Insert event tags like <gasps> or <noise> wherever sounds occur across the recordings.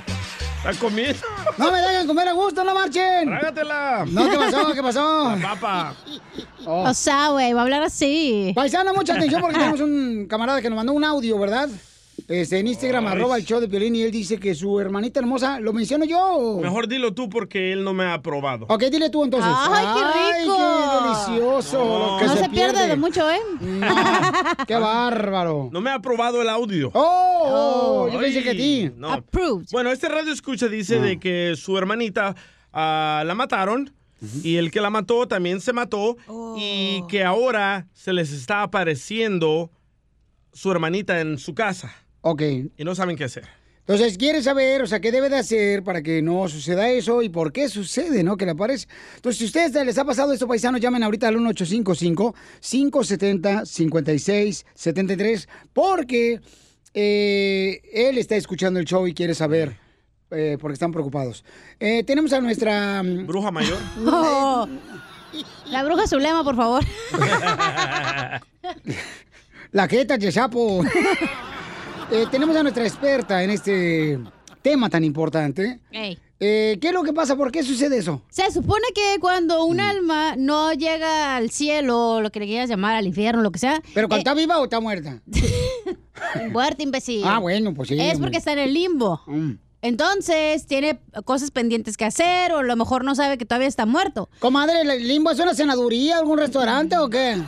Está comiendo. No me dejan comer a gusto, no marchen. Trágatela. No, ¿qué pasó? ¿Qué <laughs> pasó? La papa. Oh. O sea, güey, eh, va a hablar así. Paisano, mucha atención <laughs> porque tenemos un camarada que nos mandó un audio, ¿verdad? Este, en Instagram, Ay. arroba el show de Piolín, y él dice que su hermanita hermosa, ¿lo menciono yo? o? Mejor dilo tú porque él no me ha aprobado. Ok, dile tú entonces. ¡Ay, qué rico! ¡Ay, qué delicioso! lo que no se, pierde. pierde de mucho, ¿eh? ¡Qué bárbaro! Ah. No me ha aprobado el audio. ¡Oh! oh, yo Ay, pensé que a ti. Ah. No. Approved. Bueno, este radio escucha dice de que su hermanita ah, la mataron y el que la mató también se mató y que ahora se les está apareciendo su hermanita en su casa Ok. y no saben qué hacer. Entonces, quiere saber, o sea, qué debe de hacer para que no suceda eso y por qué sucede, ¿no? Que le aparece. Entonces, si a ustedes les ha pasado esto, paisanos, llamen ahorita al 1855-570-5673 porque eh, él está escuchando el show y quiere saber eh, porque están preocupados. Eh, tenemos a nuestra... mm, <laughs> Bruja mayor. Oh. La bruja Zulema, por favor. La jeta, <laughs> Yesapo. Eh, tenemos a nuestra experta en este tema tan importante. Ey. Eh, ¿Qué es lo que pasa? ¿Por qué sucede eso? Se supone que cuando Mm. un alma no llega al cielo, o lo que le quieras llamar, al infierno, lo que sea, ¿Pero cuando eh, está viva o está <laughs> muerta? muerte imbécil. Ah, bueno, pues sí. Es hombre. porque está en el limbo. Mm. Entonces tiene cosas pendientes que hacer o a lo mejor no sabe que todavía está muerto. Comadre, ¿el limbo es una cenaduría, algún restaurante o qué?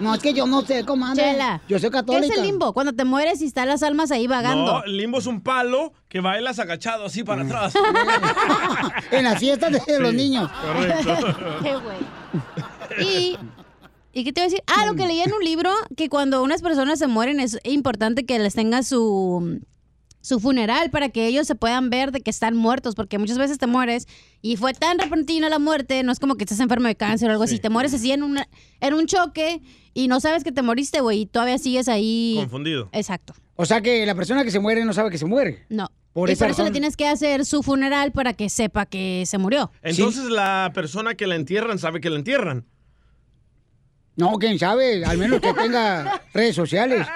No, es que yo no sé, comadre. Chela, Yo soy ¿Qué católica. es el limbo? Cuando te mueres y están las almas ahí vagando. No, el limbo es un palo que bailas agachado así para atrás. Mm. <laughs> En las fiestas de los Sí. niños. Correcto. <laughs> <laughs> Qué güey. Y, ¿y qué te iba a decir? Ah, lo que leí en un libro, que cuando unas personas se mueren es importante que les tenga su, su funeral para que ellos se puedan ver de que están muertos, porque muchas veces te mueres y fue tan repentina la muerte, no es como que estás enfermo de cáncer o algo así, te mueres así en, una, en un choque y no sabes que te moriste, güey, y todavía sigues ahí. Confundido. Exacto. O sea que la persona que se muere no sabe que se muere. No. Por y esa por eso le razón. tienes que hacer su funeral para que sepa que se murió. Entonces la persona que la entierran sabe que la entierran. No, quién sabe, al menos que tenga redes sociales.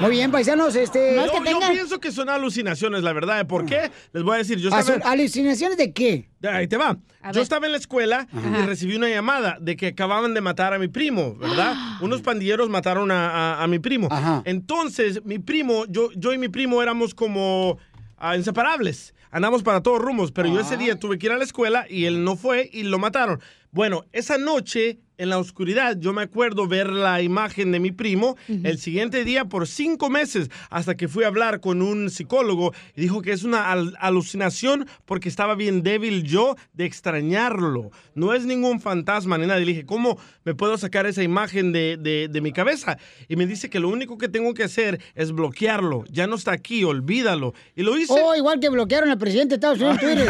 Muy bien, paisanos, este. No es Yo, que yo tenga- pienso que son alucinaciones, la verdad. ¿eh? ¿Por qué? Les voy a decir. Yo ¿asu- estaba... Ah, ¿Alucinaciones de qué? Ahí te va. A Yo ver. estaba en la escuela y recibí una llamada de que acababan de matar a mi primo, <gasps> ¿verdad? Unos pandilleros mataron a, a- a mi primo. Ajá. Entonces, mi primo, yo, yo y mi primo éramos como ah, inseparables. Andamos para todos rumos, pero yo Ah. ese día tuve que ir a la escuela y él no fue y lo mataron. Bueno, esa noche, en la oscuridad, yo me acuerdo ver la imagen de mi primo el siguiente día por cinco meses, hasta que fui a hablar con un psicólogo y dijo que es una al- alucinación porque estaba bien débil yo de extrañarlo. No es ningún fantasma ni nada. Y le dije, ¿cómo me puedo sacar esa imagen de, de- de mi cabeza? Y me dice que lo único que tengo que hacer es bloquearlo. Ya no está aquí, olvídalo. Y lo hice. Oh, igual que bloquearon al presidente de Estados Unidos en Twitter.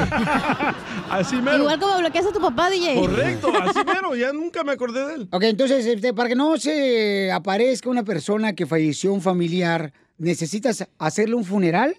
Así mero. Igual como bloqueas a tu papá, DJ. <laughs> Correcto, así mero. Ya nunca me acordé de él. Ok, entonces, este, para que no se aparezca una persona que falleció un familiar, ¿necesitas hacerle un funeral?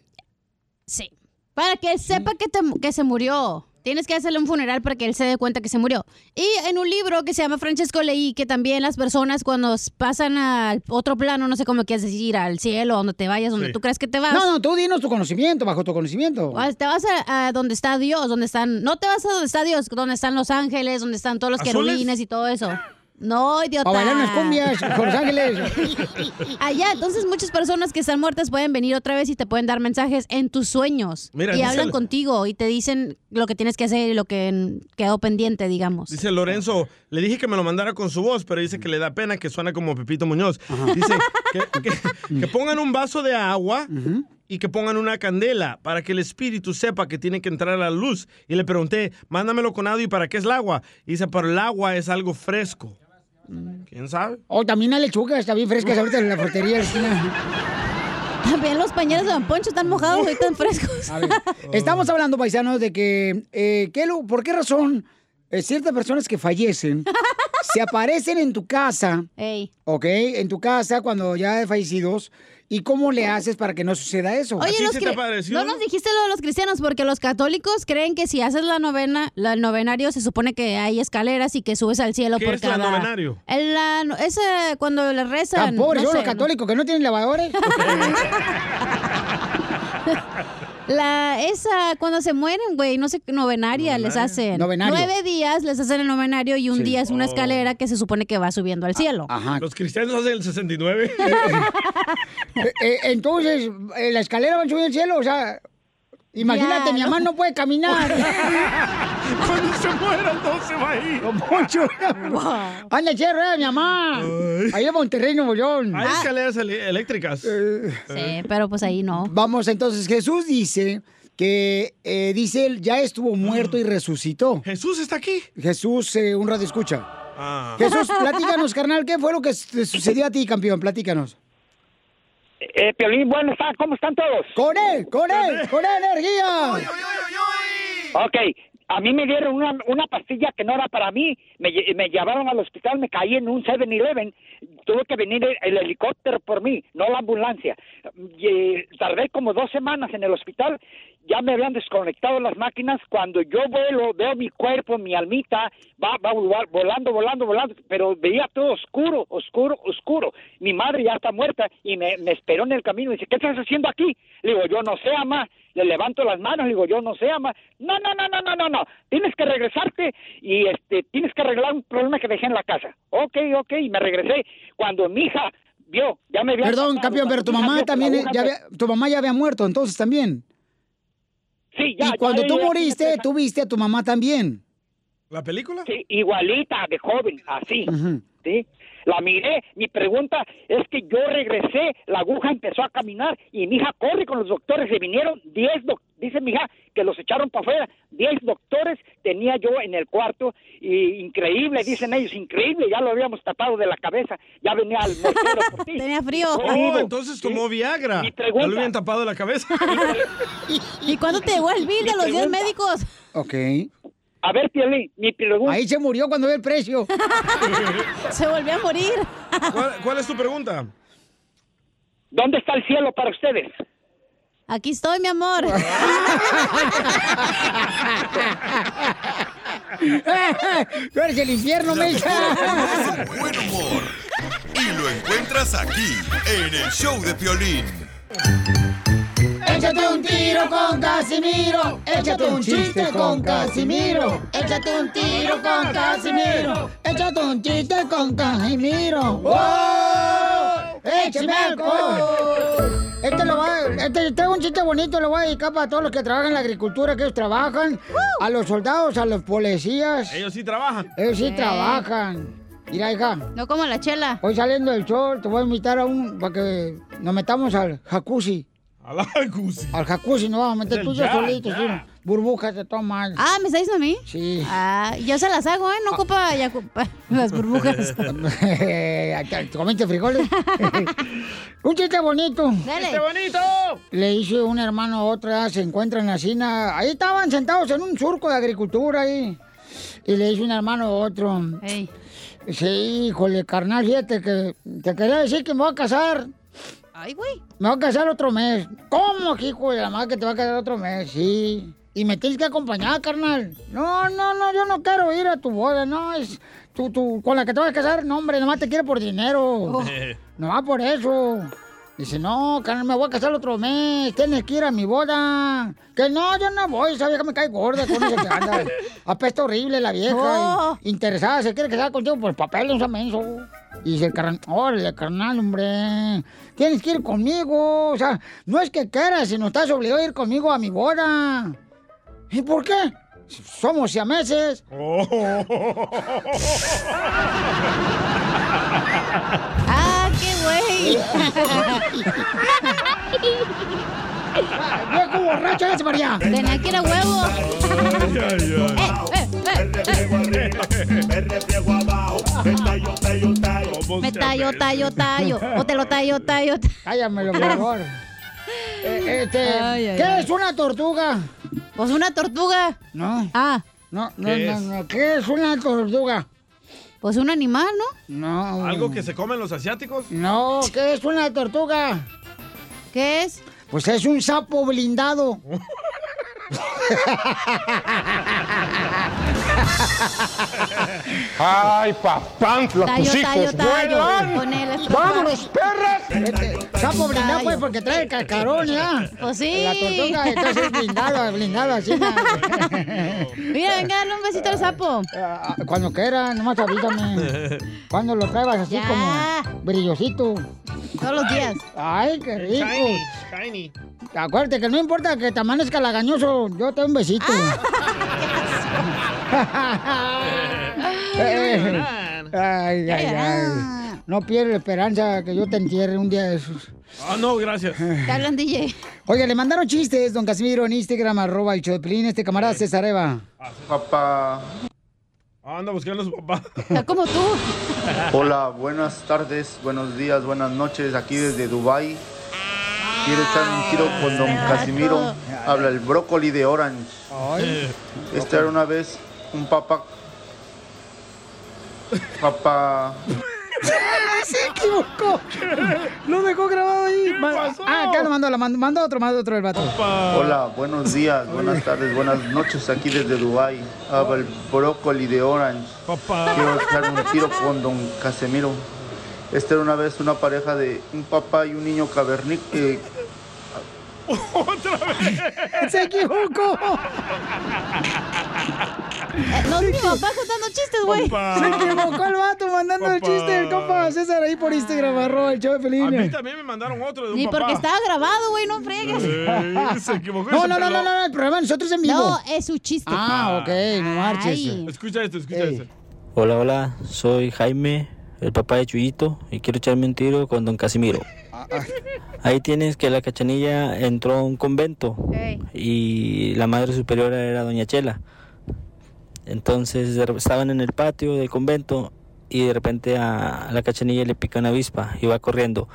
Sí. Para que él sepa que, te- que se murió. Tienes que hacerle un funeral para que él se dé cuenta que se murió. Y en un libro que se llama Francesco leí que también las personas cuando s- pasan al otro plano, no sé cómo quieres decir, al cielo, donde te vayas, donde Sí. tú crees que te vas. No, no, tú dinos tu conocimiento, bajo tu conocimiento. o Te vas a, a donde está Dios, donde están... No te vas a donde está Dios, donde están los ángeles, donde están todos los ¿Azules? querubines y todo eso. No, idiota. Para bailar unas cumbias con Los Ángeles. Allá, Ah, entonces muchas personas que están muertas pueden venir otra vez y te pueden dar mensajes en tus sueños. Mira, y dice hablan el- contigo y te dicen lo que tienes que hacer y lo que mm, quedó pendiente, digamos. Dice Lorenzo, le dije que me lo mandara con su voz, pero dice que le da pena que suena como Pepito Muñoz. Dice <laughs> que, que- que pongan un vaso de agua y que pongan una candela para que el espíritu sepa que tiene que entrar a la luz. Y le pregunté, mándamelo con audio y para qué es el agua. Y dice, pero el agua es algo fresco. Mm. ¿Quién sabe? O Oh, también la lechuga, está bien fresca ahorita en la frutería de la esquina. <laughs> También los pañales de Don Poncho están mojados y están frescos. A ver, estamos hablando, paisanos, de que, eh, ¿qué lo- ¿por qué razón eh, ciertas personas que <laughs> fallecen se aparecen en tu casa, Ey. ok? En tu casa cuando ya fallecidos, ¿y cómo le haces para que no suceda eso? Oye, ti los se te cri- apareció? no nos dijiste lo de los cristianos porque los católicos creen que si haces la novena, la, el novenario se supone que hay escaleras y que subes al cielo ¿Qué por es la cada. novenario? El, la, no- es eh, cuando le rezan. Tan pobres no son los sé, ¿no? católicos que no tienen lavadores. La, esa, cuando se mueren, güey, no sé, novenaria, les hacen. Novenario. Nueve días les hacen el novenario y un Sí. Ah, día es una Oh. escalera que se supone que va subiendo al cielo. Ajá. Los cristianos hacen <laughs> el 69. Eh, eh, entonces, eh, la escalera va a subir al cielo, o sea, imagínate, Ya, mi ¿no? mamá no puede <laughs> <laughs> caminar. Cuando se mueran, no se va a ir. Don Poncho. Anda, che, rueda, mi mamá. Ahí en Monterrey, Nuevo León. Eh. Hay escaleras ele- eléctricas. Sí, pero pues ahí no. Vamos, entonces, Jesús dice que, eh, dice él, ya estuvo muerto y resucitó. Jesús está aquí. Jesús, eh, un radio escucha. Ah. Jesús, <laughs> platícanos, carnal, ¿qué fue lo que te sucedió a ti, campeón? Platícanos. Eh, Piolín, bueno, está, ¿cómo están todos? ¡Con él, con él, con él, energía! Ok, a mí me dieron una, una pastilla que no era para mí, me, lle- me llevaron al hospital, me caí en un 7-Eleven, tuve que venir el, el helicóptero por mí, no la ambulancia. Y, eh, tardé como dos semanas en el hospital, ya me habían desconectado las máquinas, cuando yo vuelo, veo mi cuerpo, mi almita, va, va vol- volando, volando, volando, pero veía todo oscuro, oscuro, oscuro. Mi madre ya está muerta y me, me esperó en el camino. Dice, ¿qué estás haciendo aquí? Le digo, yo no sé, ama. Le levanto las manos, le digo, yo no sé, ama. No, no, no, no, no, no, no. Tienes que regresarte y este, tienes que arreglar un problema que dejé en la casa. Ok, ok, y me regresé. Cuando mi hija vio, ya me había... Perdón, pasado, campeón, pero cuando tu mi hija mamá vio que la también, eh, aguja ya me- había- tu mamá ya había muerto, entonces también. Sí, ya, Y ya cuando ella tú tiene tres moriste, años. tú viste a tu mamá también. ¿La película? Sí, igualita, de joven, así. Ujú. ¿sí? La miré, mi pregunta es que yo regresé, la aguja empezó a caminar y mi hija corre con los doctores, se vinieron 10 doc- dice mi hija que los echaron para afuera, 10 doctores tenía yo en el cuarto y increíble, dicen ellos, increíble, ya lo habíamos tapado de la cabeza, ya venía al mortero por ti. Tenía frío. <laughs> Oh, Sí. entonces tomó Viagra. Mi Ya pregunta. lo habían tapado la cabeza. <laughs> ¿Y cuándo te llegó el bill de Mi los 10 pregunta. médicos? Ok. A ver, Piolín, mi pregunta Ahí se murió cuando ve el precio. <laughs> Se volvió a morir. ¿Cuál, cuál es tu pregunta? ¿dónde está el cielo para ustedes? Aquí estoy, mi amor. <laughs> <laughs> Eh, Tú eres el infierno, Mecha. Más en buen humor. Y lo encuentras aquí, en el show de Piolín. Échate un tiro con Casimiro. Échate un chiste con Casimiro. Échate un tiro con Casimiro. Échate un chiste con Casimiro. ¡Wow! ¡Échame alcohol! Este lo va, este, tengo un chiste bonito, lo voy a dedicar para todos los que trabajan en la agricultura, que ellos trabajan, a los soldados, a los policías, Ellos sí trabajan. ellos sí Bien. trabajan. Mira, hija, No como la chela. hoy saliendo del sol te voy a invitar a un, para que nos metamos al jacuzzi. A la jacuzzi. Al jacuzzi no vamos a meter tú y yo Ya, solitos. ya. sí. Burbujas de todo mal. Ah, ¿me está diciendo a mí? Sí. Ah, yo se las hago, ¿eh? No ocupa ya ocupa <laughs> las <laughs> burbujas. ¿Te ¿Comiste <laughs> frijoles? un chiste bonito. ¡Qué Dale. ¡Este bonito! Le hizo un hermano a otra, se encuentran así. na- Ahí estaban sentados en un surco de agricultura ahí. Y le dice un hermano a otro. Ey. Sí, híjole, carnal, fíjate que te quería decir que me voy a casar. Ay, güey. Me voy a casar otro mes. ¿Cómo, hijo de la madre, que te va a casar otro mes? Sí. Y me tienes que acompañar, carnal. No, no, no, yo no quiero ir a tu boda, no, es... Tú, tú, con la que te vas a casar, no, hombre, nomás te quiere por dinero. Oh. Nomás por eso. Dice, no, carnal, me voy a casar el otro mes, tienes que ir a mi boda. Que no, yo no voy, esa vieja me cae gorda con eso que anda. Apesta horrible la vieja. Oh. y- Interesada, se quiere casar contigo por papel, un menso. Y dice el carnal, órale, carnal, hombre, tienes que ir conmigo. O sea, no es que quieras, sino estás obligado a ir conmigo a mi boda. ¿Y por qué? Somos siameses. Ah, qué güey. ¡Viejo borracho, hágase para allá! Ah, Tenía que ir a huevo. Ay, ay, ay. Eh, eh, Somos Me tallo, tallo, tallo. O te lo tallo, tallo. ta- Cállamelo, por <laughs> favor. Eh, este, Ay, ay, ¿Qué ay. es una tortuga? Pues una tortuga. No, Ah, no, no, ¿Qué no, es? no. ¿Qué es una tortuga? pues un animal, ¿no? No. ¿Algo que se comen los asiáticos? No, ¿qué es una tortuga? ¿Qué es? Pues es un sapo blindado. Ay, papantla, Tallo, tus tallo, hijos tallo. vuelan. Con él es papá. Vámonos, perras. Sapo blindado, pues, porque trae el cascarón, ya. Pues sí. La tortuga, entonces es blindado, blindado, así. ya. Mira, venga, dale un besito al sapo. Oh. Ah, Cuando quiera, nomás avísame. Cuando lo traigas así Ya. como brillosito. Todos los días. Ay, qué Shiny, rico. shiny. Acuérdate que no importa que te amanezca lagañoso, yo te doy un besito. Ah. <laughs> <laughs> Eh, ay, ay, ay. No pierdes la esperanza que yo te entierre un día de esos. Ah, no, gracias. Te hablan, DJ. Oiga, le mandaron chistes, don Casimiro, en Instagram, arroba el Choplin, este camarada César Eva. Papá, Ah, anda buscando a su papá. Está como tú. hola, buenas tardes, buenos días, buenas noches, aquí desde Dubai. Quiero echar un tiro con don Casimiro. Habla el brócoli de Orange. Eh, Esta era una vez un papá. Papá. <laughs> Se equivocó. Lo dejó grabado ahí. Ma- pasó? Ah, acá lo mandó, lo mandó, mandó otro, mandó otro el vato. pa- Hola, buenos días, buenas tardes, buenas noches, aquí desde Dubai. Habla el brócoli de Orange. papá. Quiero echar un tiro con don Casemiro. Esta era una vez una pareja de un papá y un niño caverní- eh, Otra vez. Se equivocó. Eh, No, mi papá contando chistes, güey. Se Papá. equivocó el vato mandando el Papá. chiste del compa César ahí por Instagram, arroba el show de A mí Pelín. <laughs> también me mandaron otro de un Ni papá. porque estaba grabado, güey, no fregues. Eh, se equivocó. y No, se no, no, no, peló. no, el programa de nosotros en vivo. eh, No, es su <laughs> chiste. Ah, ok, no marches. Ay. Escucha esto, escucha Ey. esto. Hola, hola, soy Jaime, el papá de Chuyito, y quiero echarme un tiro con don Casimiro. Ah, Ahí tienes que la cachanilla entró a un convento Ey. y la madre superiora era doña Chela. Entonces de rep- estaban en el patio del convento y de repente a, a la cachanilla le pica una avispa y va corriendo.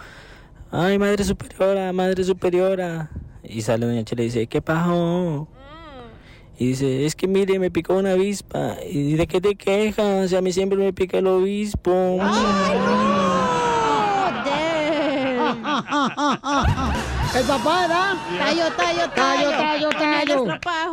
¡Ay, madre superiora, madre superiora! Y sale doña Chela y dice, ¿qué pasó? Y dice, es que mire, me picó una avispa. ¿Y de qué te quejas? A mí siempre me pica el obispo. Oh, damn. Ah, El papá, ¿verdad? Tallo, tallo, tallo. tallo, tallo. Con el estropajo.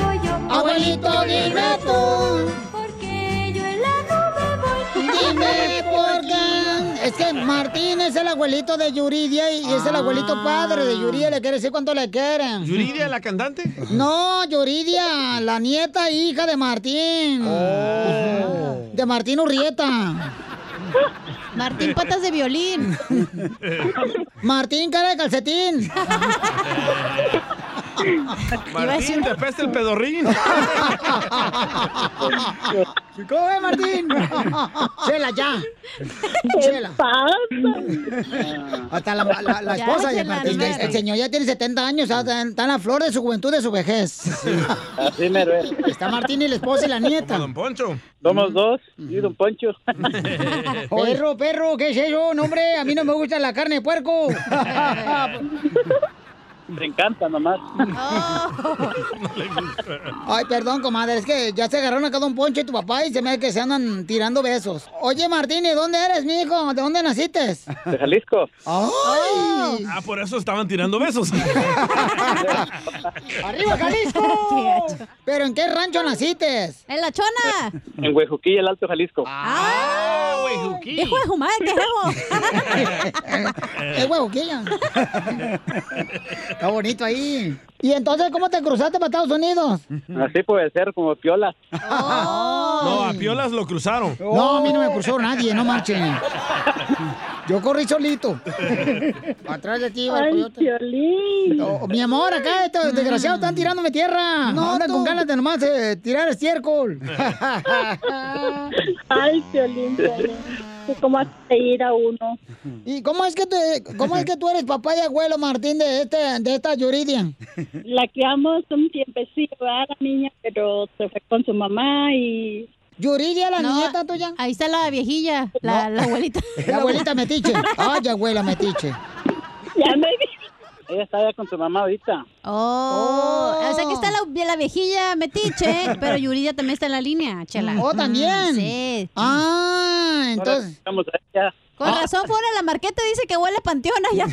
yo? Abuelito, dime tú, Porque yo en la nube voy. dime por qué. Es que Martín es el abuelito de Yuridia y es el abuelito padre de Yuridia. Le quiere decir cuánto le quieren. Ah. ¿Yuridia, la cantante? No, Yuridia, la nieta e hija de Martín. Oh. De Martín Urrieta. Martín, patas de violín. Martín, cara de calcetín. a decir- Martín, te peste <laughs> el pedorrín. ¿Cómo es, Martín? Chela, ya. Chela. Hasta la, la- la Ya, esposa de Chela, Martín. no El, este. marches. el señor ya tiene 70 años, ah, está está en la flor de su juventud, de su vejez. Así Ah, mero es. Está Martín y la esposa y la Como nieta. Don Poncho. Mm. Somos dos y un Poncho. <laughs> Perro, perro, ¿qué es eso? No, hombre, a mí no me gusta la carne de puerco. Te encanta nomás. <laughs> Ay, perdón, comadre, es que ya se agarraron acá Don Poncho y tu papá y se me hace que se andan tirando besos. Oye, Martín, ¿y dónde eres, mijo? ¿De dónde naciste? De Jalisco. ¡Ay! Ah, por eso estaban tirando besos. <laughs> ¡Arriba, Jalisco! ¿Pero en qué rancho naciste? En <laughs> la chona. En Huejuquilla, el Alto Jalisco. Ah, güey, Juquí. Hijo de su madre, ¿qué hago? Es <laughs> huevoquilla. Está bonito ahí. ¿Y entonces cómo te cruzaste para Estados Unidos? Así puede ser, como piola. <laughs> No, a Piolas lo cruzaron. No, a mí no me cruzó nadie, no marchen. Yo corrí solito. Atrás de ti, iba el Ay, coyote. Piolín. Oh, mi amor, acá Mm. estos desgraciados están tirándome tierra. No, andan con ganas de nomás eh, tirar estiércol. Ay, Piolín, Piolín. que cómo hace ir a uno. ¿Y cómo es que te, cómo es que tú eres papá y abuelo, Martín, de este, de esta Yuridia? La que amo es un tiempecillo, ¿verdad? La niña, pero se fue con su mamá y... Yuridia, la No, nieta tuya. Ahí está la viejilla, la, No. <laughs> la abuelita. La abuelita metiche. Ay, abuela metiche. Ya me Ella está allá con su mamá ahorita. Oh, o sea que está la, la viejilla metiche, pero Yuridia también está en la línea, chela. Oh, Mm, también. sí. Ah, entonces. Vamos a ella. Con razón fuera la marqueta dice que huele a panteón allá.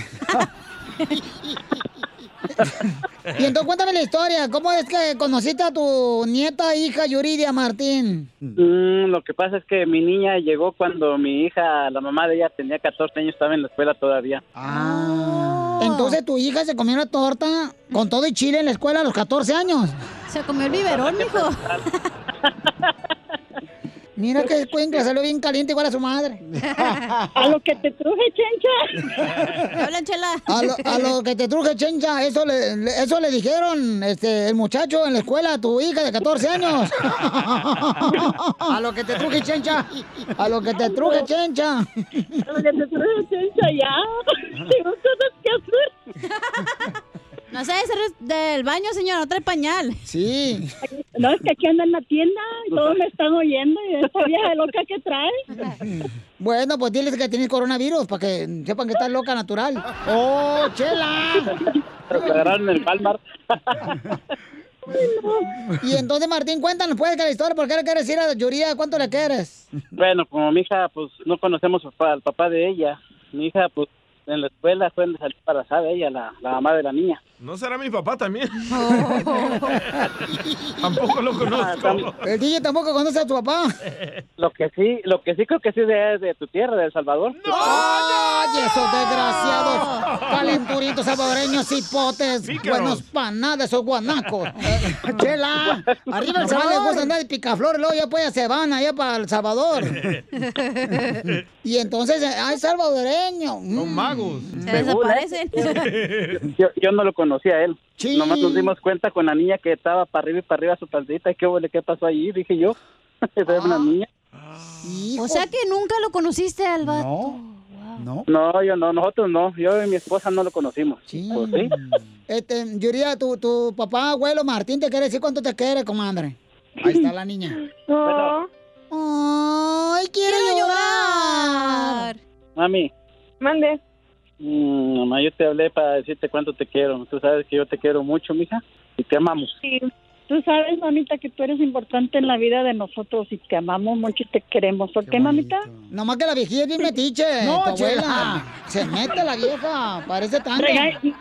Y entonces cuéntame la historia. ¿Cómo es que conociste a tu nieta, hija Yuridia, Martín? Mm, lo que pasa es que mi niña llegó cuando mi hija, la mamá de ella, tenía 14 años, estaba en la escuela todavía. Ah. Oh. Entonces tu hija se comió una torta con todo y chile en la escuela a los 14 años. Se comió el biberón, mijo. Mira que cuenca, salió bien caliente igual a su madre. <laughs> A lo que te truje, chencha. Hola, chela. A lo, a lo que te truje, chencha, eso le, le- eso le dijeron este, el muchacho en la escuela a tu hija de 14 años. A lo que te truje, chencha. A lo que te truje, chencha. A lo que te truje, chencha, ya. Tengo cosas que hacer. No sé, ese del baño, señor, otro pañal. Sí. No, es que aquí anda en la tienda y todos me están oyendo y esta vieja loca que trae. Bueno, pues diles que tienes coronavirus para que sepan que estás loca natural. ¡Oh, chela! Pero se agarraron en el Palmar. Y entonces, Martín, cuéntanos, puedes que la historia, ¿por qué le quieres ir a Yuridia? ¿Cuánto le quieres? Bueno, como mi hija, pues no conocemos al pa- al papá de ella. Mi hija, pues en la escuela fue donde salió embarazada ella, la, la mamá de la niña. ¿No será mi papá también? Oh. Tampoco lo conozco. El DJ tampoco conoce a tu papá. Lo que sí, lo que sí creo que sí de, de tu tierra, de El Salvador. ¡Ay, esos desgraciados! Calenturitos salvadoreños, hipotes, Pícaros. buenos panadas, esos guanacos. Eh, ¡Chela! Arriba el Salvador les gusta andar de picaflor, luego ya pues ya se van allá para El Salvador. y entonces, eh, ¡ay, salvadoreño! Mm. Son magos. Se <laughs> desaparecen. ¿eh? Yo, yo no lo conocía a él. Sí. Nomás nos dimos cuenta con la niña que estaba para arriba y para arriba su plantita. ¿Qué, huele? ¿Qué pasó allí? Dije yo. <laughs> Esa era una niña. O sea que nunca lo conociste al vato. No. yo no, nosotros no. Yo y mi esposa no lo conocimos. Pues, sí. Este, Yuridia, tu, tu papá, abuelo Martín, te quiere decir cuánto te quiere, comadre. Ahí está la niña. ¡Ay, quiero, llorar! Mami. Mm, Mande. mamá, yo te hablé para decirte cuánto te quiero. Tú sabes que yo te quiero mucho, mija. Y te amamos. Sí. Tú sabes, mamita, que tú eres importante en la vida de nosotros y te amamos mucho y te queremos. ¿Por qué, mamita? Nomás que la viejilla es bien metiche, No, tu abuela. chela. Se mete la vieja, <laughs> parece tan. Rega- <laughs>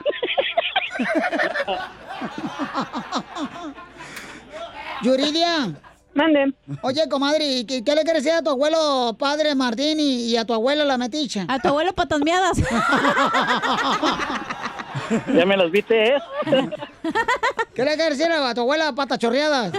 Yuridia. Mande. Oye, comadre, ¿y ¿qué, qué le quieres decir a tu abuelo padre Martín y, y a tu abuela la metiche? A tu abuelo patas miadas. ¿Ya me las viste? eh? <laughs> ¿Qué le quieres decir a tu abuela patas chorreadas?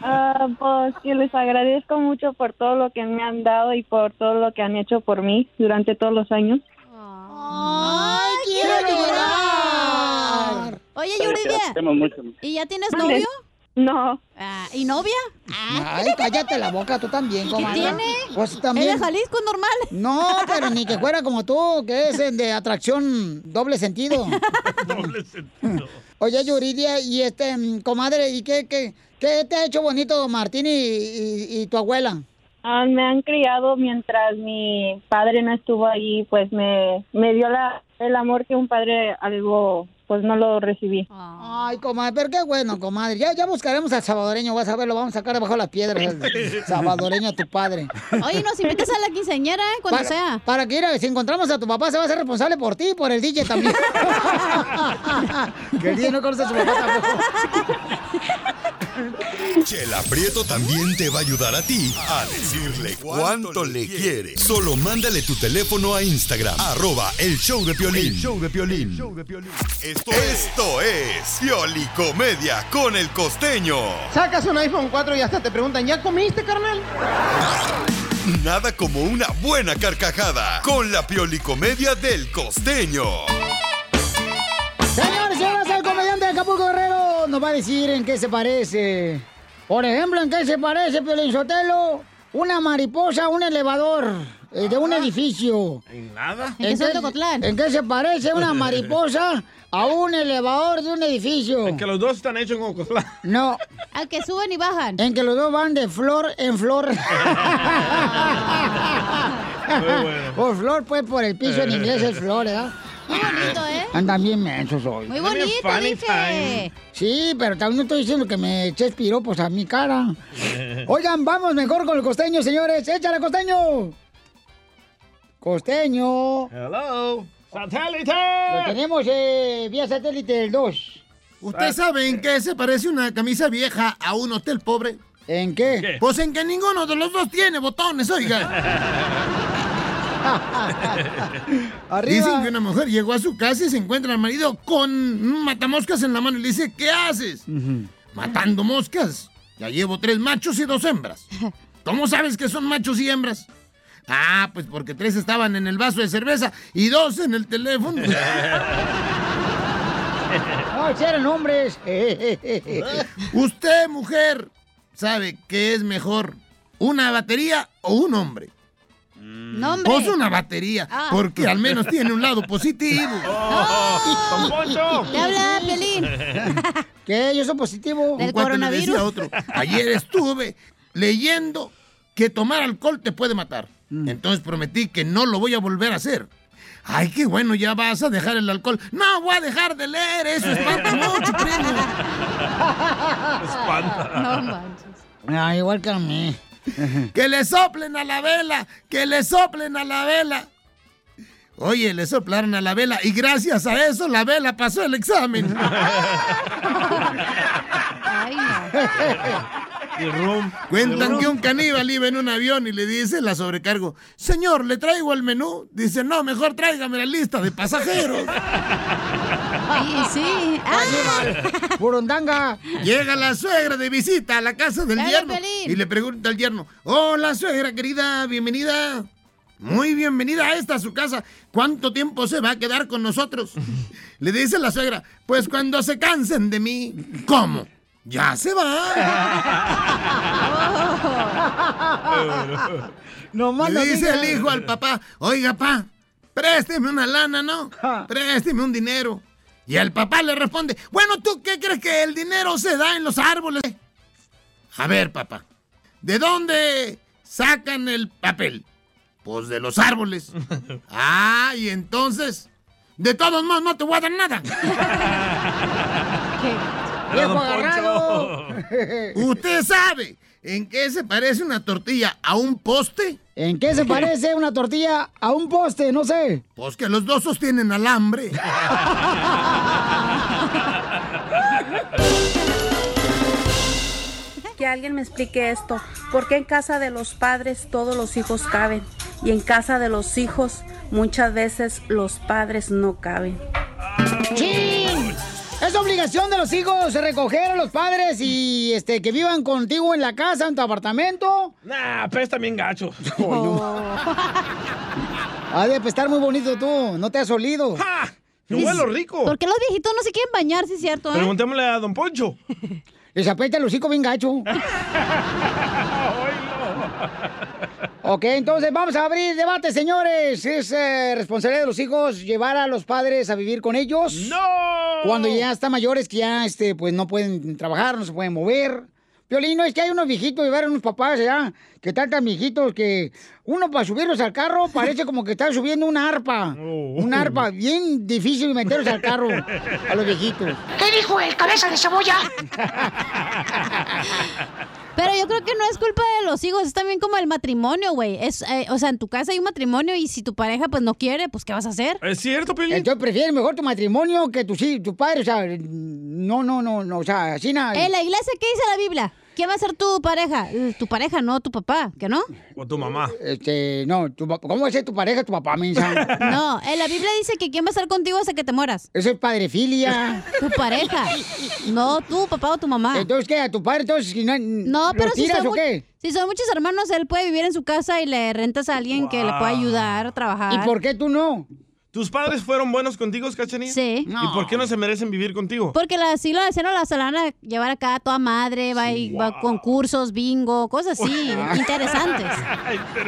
Ah, pues que les agradezco mucho por todo lo que me han dado y por todo lo que han hecho por mí durante todos los años. ¡Ay, quiero llorar! Oye, Te Yuridia, queremos mucho. ¿y ya tienes Mande. novio? No. Ah, ¿Y novia? Ay, cállate la boca, tú también, comadre. tiene? Pues también. ¿Es de Jalisco normal? No, pero ni que fuera como tú, que es el de atracción doble sentido. Oye, Yuridia, y este, mm, comadre, ¿y qué, qué, qué te ha hecho bonito Martín y, y- y tu abuela? Ah, me han criado mientras mi padre no estuvo ahí, pues me, me dio la, el amor que un padre algo, pues no lo recibí. Ah. Ay, comadre, pero qué bueno, comadre. Ya, ya buscaremos al salvadoreño, vas a ver, lo vamos a sacar debajo de las piedras. el salvadoreño, tu padre. Oye, nos invitas a la quinceañera, ¿eh? Cuando Para- sea. Para que, mira, si encontramos a tu papá, se va a hacer responsable por ti y por el DJ también. <laughs> que el DJ no conoce a su papá tampoco. Chela Prieto también te va a ayudar a ti a decirle cuánto le quiere. Solo mándale tu teléfono a Instagram, arroba el show de Piolín. El show de Piolín. Esto, Esto es Pioli Comedia con el costeño. Sacas un iPhone 4 y hasta te preguntan, ¿ya comiste, carnal? Nada como una buena carcajada con la Pioli Comedia del costeño. Señores, señoras, el comediante de Acapulco Guerrero nos va a decir en qué se parece. Por ejemplo, en qué se parece Piolín Sotelo una mariposa a un elevador eh, de un edificio. ¿En nada? ¿En qué, en qué se parece <laughs> una mariposa a un elevador de un edificio? Que los dos están hechos en Ocotlán. No. Al que suben y bajan. En que los dos van de flor en <laughs> flor. <laughs> Por flor, pues, por el piso en Eh. inglés es flor, ¿verdad? Muy bonito, ¿eh? Andan bien mensos hoy. Muy bonito, dije. Sí, pero también no estoy diciendo que me eches piropos a mi cara. <laughs> Oigan, vamos mejor con el costeño, señores. ¡Échale, costeño! Costeño. Hello. ¡Satélite! Lo tenemos eh, vía satélite el Ah. 2. ¿Ustedes saben qué se parece una camisa vieja a un hotel pobre? ¿En qué? qué? Pues en que ninguno de los dos tiene botones, oiga. <laughs> Arriba. Dicen que una mujer llegó a su casa y se encuentra al marido con un matamoscas en la mano y le dice, ¿qué haces? Matando moscas. Ya llevo tres machos y dos <laughs> hembras. ¿Cómo sabes que son machos y hembras? Ah, pues porque tres estaban en el vaso de cerveza y dos en el teléfono. <laughs> <laughs> No, si eran hombres. <laughs> Usted, mujer, sabe qué es mejor, una batería o un hombre. Mm. No, hombre. Pues una batería, Ah. porque al menos tiene un lado <laughs> positivo. <laughs> ¡Don Poncho! ¡Te habla, <laughs> Pelín! ¿Qué? Yo soy positivo. Un cuate le decía a otro, ayer estuve leyendo que tomar alcohol te puede matar. Mm. Entonces prometí que no lo voy a volver a hacer. Ay, qué bueno, ya vas a dejar el alcohol. No, voy a dejar de leer, eso espanta mucho, primo. Espanta. No manches. Ah, igual que a mí. Que le soplen a la vela, que le soplen a la vela. Oye, le soplaron a la vela y gracias a eso la vela pasó el examen. Ay, Cuentan Y rum. que un caníbal iba en un avión y le dice la sobrecargo, señor, ¿le traigo el menú? Dice, no, mejor tráigame la lista de pasajeros. Sí, sí. Ah. Burundanga. Llega la suegra de visita a la casa del Dale, yerno Pelín. y le pregunta al yerno, hola suegra querida, bienvenida. Muy bienvenida a esta a su casa. ¿Cuánto tiempo se va a quedar con nosotros? Le dice la suegra, pues cuando se cansen de mí. ¿Cómo? Ya se <laughs> va. Nomás Le no dice digas. el hijo al papá, oiga, pa, présteme una lana, ¿no? Présteme un dinero. Y el papá le responde, bueno, ¿tú qué crees que el dinero se da en los árboles? A ver, papá, ¿de dónde sacan el papel? Pues de los árboles. Ah, y entonces, de todos modos, no te voy a dar nada. Era don agarrado! ¿Usted sabe en qué se parece una tortilla a un poste? ¿En qué se parece una tortilla a un poste? No sé. Pues que los dos sostienen alambre. Que alguien me explique esto. ¿Por qué en casa de los padres todos los hijos caben? Y en casa de los hijos muchas veces los padres no caben. ¡Chin! Es obligación de los hijos recoger a los padres y este que vivan contigo en la casa, en tu apartamento. Nah, apesta bien gacho. Oh, Ha de estar muy bonito tú, no te has olido. Yo huelo rico. ¿Por qué los viejitos no se quieren bañar, sí es cierto, eh? Preguntémosle a Don Poncho. <laughs> Les apesta el hocico bien <laughs> gacho. ok, entonces vamos a abrir debate, señores. ¿Es eh, responsabilidad de los hijos llevar a los padres a vivir con ellos? ¡No! Cuando ya están mayores que ya este, pues no pueden trabajar, no se pueden mover. Piolín, no, es que hay unos viejitos, llevaron unos papás ya, que están tan viejitos que uno para subirlos al carro parece como que está subiendo una <laughs> arpa. Oh. Una arpa, bien difícil meterlos al carro a los viejitos. ¿Qué dijo el cabeza de cebolla? Pero yo creo que no es culpa de los hijos, es también como el matrimonio, güey. Es, eh, o sea, en tu casa hay un matrimonio y si tu pareja pues no quiere, pues ¿qué vas a hacer? ¿Es cierto, Pelín? Entonces prefieres mejor tu matrimonio que tu, sí, tu padre, o sea, Eh, no, no, no, no, o sea, así nada. En la iglesia, ¿qué dice la Biblia? ¿Quién va a ser tu pareja? Eh, Tu pareja, no tu papá, ¿que no? O tu mamá. Este, no, tu pa- ¿cómo va a ser tu pareja, tu papá, <laughs> mensa? No, en la Biblia dice que quién va a estar contigo hasta que te mueras. Eso es padrefilia. Tu pareja. No, tu papá o tu mamá. Entonces, ¿qué? ¿A tu padre entonces si no, no, pero lo si tiras son, o mu- qué? si son muchos hermanos, él puede vivir en su casa y le rentas a alguien que le pueda ayudar a trabajar. ¿Y por qué tú no? ¿Tus padres fueron buenos contigo, Cachanilla? Sí. ¿Y por qué no se merecen vivir contigo? Porque la, si la hicieron, la se la van a llevar acá a toda madre, va, y, va a concursos, bingo, <laughs> cosas así, <laughs> <laughs> interesantes.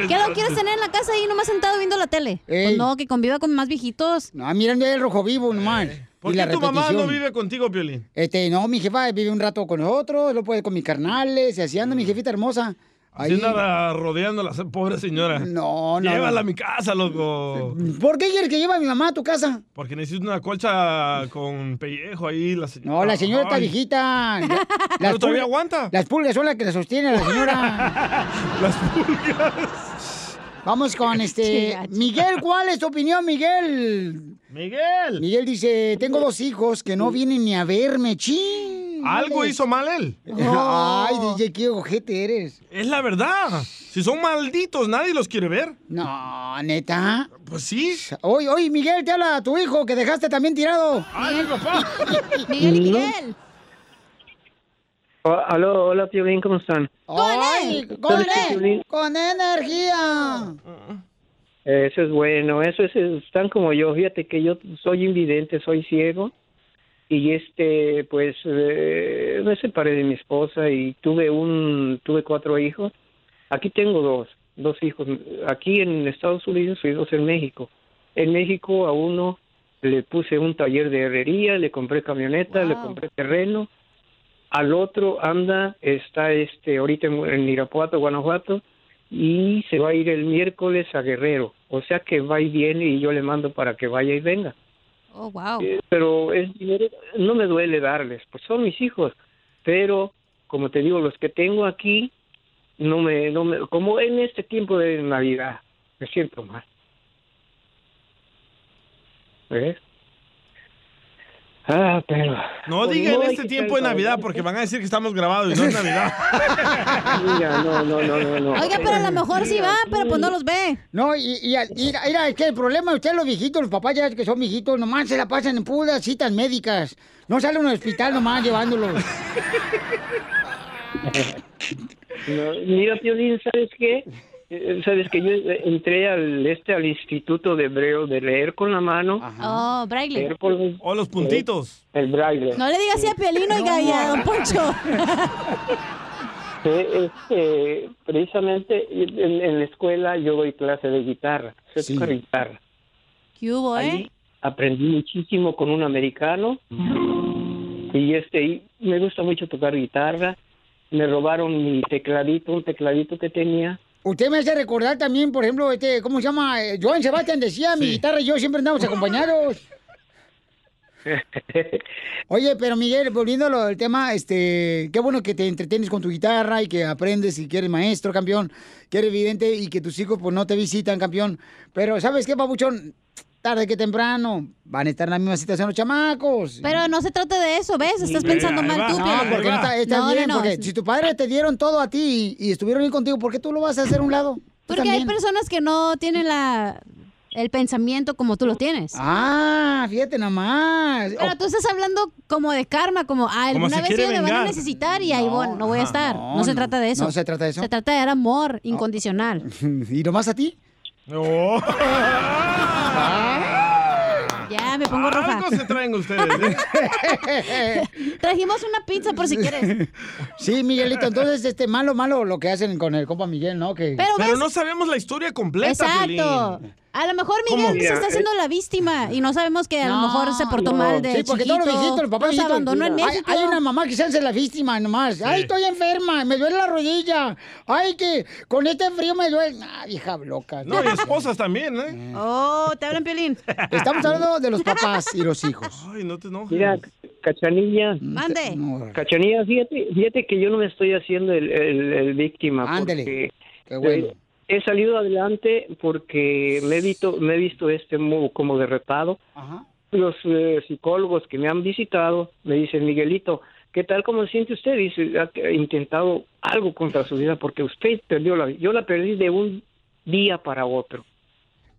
¿Qué lo quieres tener en la casa ahí nomás sentado viendo la tele? Pues no, que conviva con más viejitos. Ah, miren el rojo vivo nomás. Eh, ¿Por Y qué la tu mamá no repetición. vive contigo, Piolín? Este, no, mi jefa vive un rato con nosotros, lo puede con mis carnales, y así anda mi jefita hermosa. Ahí- Haciendo Mm. la- rodeando a la pobre señora. No, no, Llévala no. a mi casa, loco. ¿Por qué quieres que lleve a mi mamá a tu casa? Porque necesito una colcha con pellejo ahí, la señora. No, la señora está Ay, viejita. La- <laughs> Pero todavía pulgas- aguanta. Las pulgas son las que la sostiene la señora. <laughs> las pulgas. Vamos con Qué este. gacho. Miguel, ¿cuál es tu opinión, Miguel? Miguel. Miguel dice: Tengo dos hijos que no vienen ni a verme, ching. Algo Dale. hizo mal él. <laughs> Ay, DJ, qué ojete eres. Es la verdad. Si son malditos, nadie los quiere ver. No, neta. Pues sí. Oye, oye, Miguel, te habla a tu hijo que dejaste también tirado. Ay, papá. <laughs> Miguel, Miguel. Oh, aló, hola, Piolín, ¿cómo están? Ay, con, con energía. Eh, Eso es bueno, eso es, están como yo, fíjate que yo soy invidente, soy ciego y este, pues, eh, me separé de mi esposa y tuve un, tuve cuatro hijos. Aquí tengo dos, dos hijos, aquí en Estados Unidos y dos en México. En México a uno le puse un taller de herrería, le compré camioneta, le compré terreno. Al otro anda, está este, ahorita en, en Irapuato, Guanajuato, y se va a ir el miércoles a Guerrero. O sea que va y viene y yo le mando para que vaya y venga. Oh, wow. Eh, Pero es dinero, no me duele darles, pues son mis hijos. Pero, como te digo, los que tengo aquí, no me, no me, como en este tiempo de Navidad, me siento mal. ¿Ves? ¿Eh? Ah, pero... No pues diga no en hay este que tiempo ser de Navidad saludable. porque van a decir que estamos grabados <laughs> y no es Navidad. Mira, no, no, no, no, no. Oiga, pero a lo mejor sí va, pero pues no los ve. No, y, y, y- mira, es que el problema de ustedes, los viejitos, los papás ya que son viejitos, nomás se la pasan en puras citas médicas. No salen al hospital <laughs> nomás llevándolos. No, mira, Piolín, ¿sabes qué? Eh, Sabes que yo eh, entré al este al instituto de hebreo de leer con la mano. Oh, Braille. Leer con los, o los puntitos. El braille. No le digas así a Piolín, oiga, y a Don Poncho. Eh, este, precisamente en, en la escuela yo doy clase de guitarra. Sé tocar guitarra. ¿Qué hubo, eh? Aprendí muchísimo con un americano. Y este, y me gusta mucho tocar guitarra. Me robaron mi tecladito, un tecladito que tenía. Usted me hace recordar también, por ejemplo, este, ¿cómo se llama? Eh, Joan Sebastián decía, mi guitarra y yo siempre <laughs> andamos acompañados. Oye, pero Miguel, volviendo al tema, este, qué bueno que te entretienes con tu guitarra y que aprendes y que eres maestro, campeón, que eres vidente y que tus hijos pues no te visitan, campeón. Pero, ¿sabes qué, papuchón? Tarde que temprano van a estar en la misma situación los chamacos. Pero no se trata de eso, ¿ves? Estás Sí, pensando ahí mal va. tú, Piolín. No, porque no está, está No, no, bien, no. porque si tus padres te dieron todo a ti y estuvieron bien contigo, ¿por qué tú lo vas a hacer a un lado? Tú Porque hay también. personas que no tienen la el pensamiento como tú lo tienes. Ah, fíjate nomás. Oh. Pero tú estás hablando como de karma, como ah, Como alguna se vez quiere ellos me van a vengar. necesitar y ahí voy- no voy a estar. No, se no, trata de eso. no se trata de eso. Se trata de dar amor incondicional. <laughs> ¿Y nomás a ti? No. <laughs> Ya, me pongo roja. Algo se traen ustedes. ¿eh? <laughs> Trajimos una pizza por si quieres. <laughs> Sí, Miguelito, entonces, este, malo, malo lo que hacen con el compa Miguel, ¿no? Que... Pero Pero ves- no sabemos la historia completa, Exacto. A lo mejor ¿Cómo? Miguel se Mira, está eh. haciendo la víctima y no sabemos que a lo No, mejor se portó no. mal de Sí, porque todos los chiquito, viejitos, el papá nos viejito- abandonó en Hay- México. Hay, una mamá que se hace la víctima nomás. Ay, estoy enferma, me duele la rodilla. Ay, que con este frío me duele. Ah, vieja loca. No, y esposas también, ¿eh? Oh, te hablan Piolín. Estamos hablando de los papás y los hijos. Ay, no te enojes. <laughs> Mira, Cachanilla. Mande. Cachanilla, fíjate, fíjate que yo no me estoy haciendo el, el- el víctima. Ándele. porque, Qué bueno. eh, He salido adelante porque me he visto, me he visto este modo como derretado. Los eh, psicólogos que me han visitado me dicen, Miguelito, ¿qué tal? ¿Cómo se siente usted? Dice, ha intentado algo contra su vida porque usted perdió la vida. Yo la perdí de un día para otro.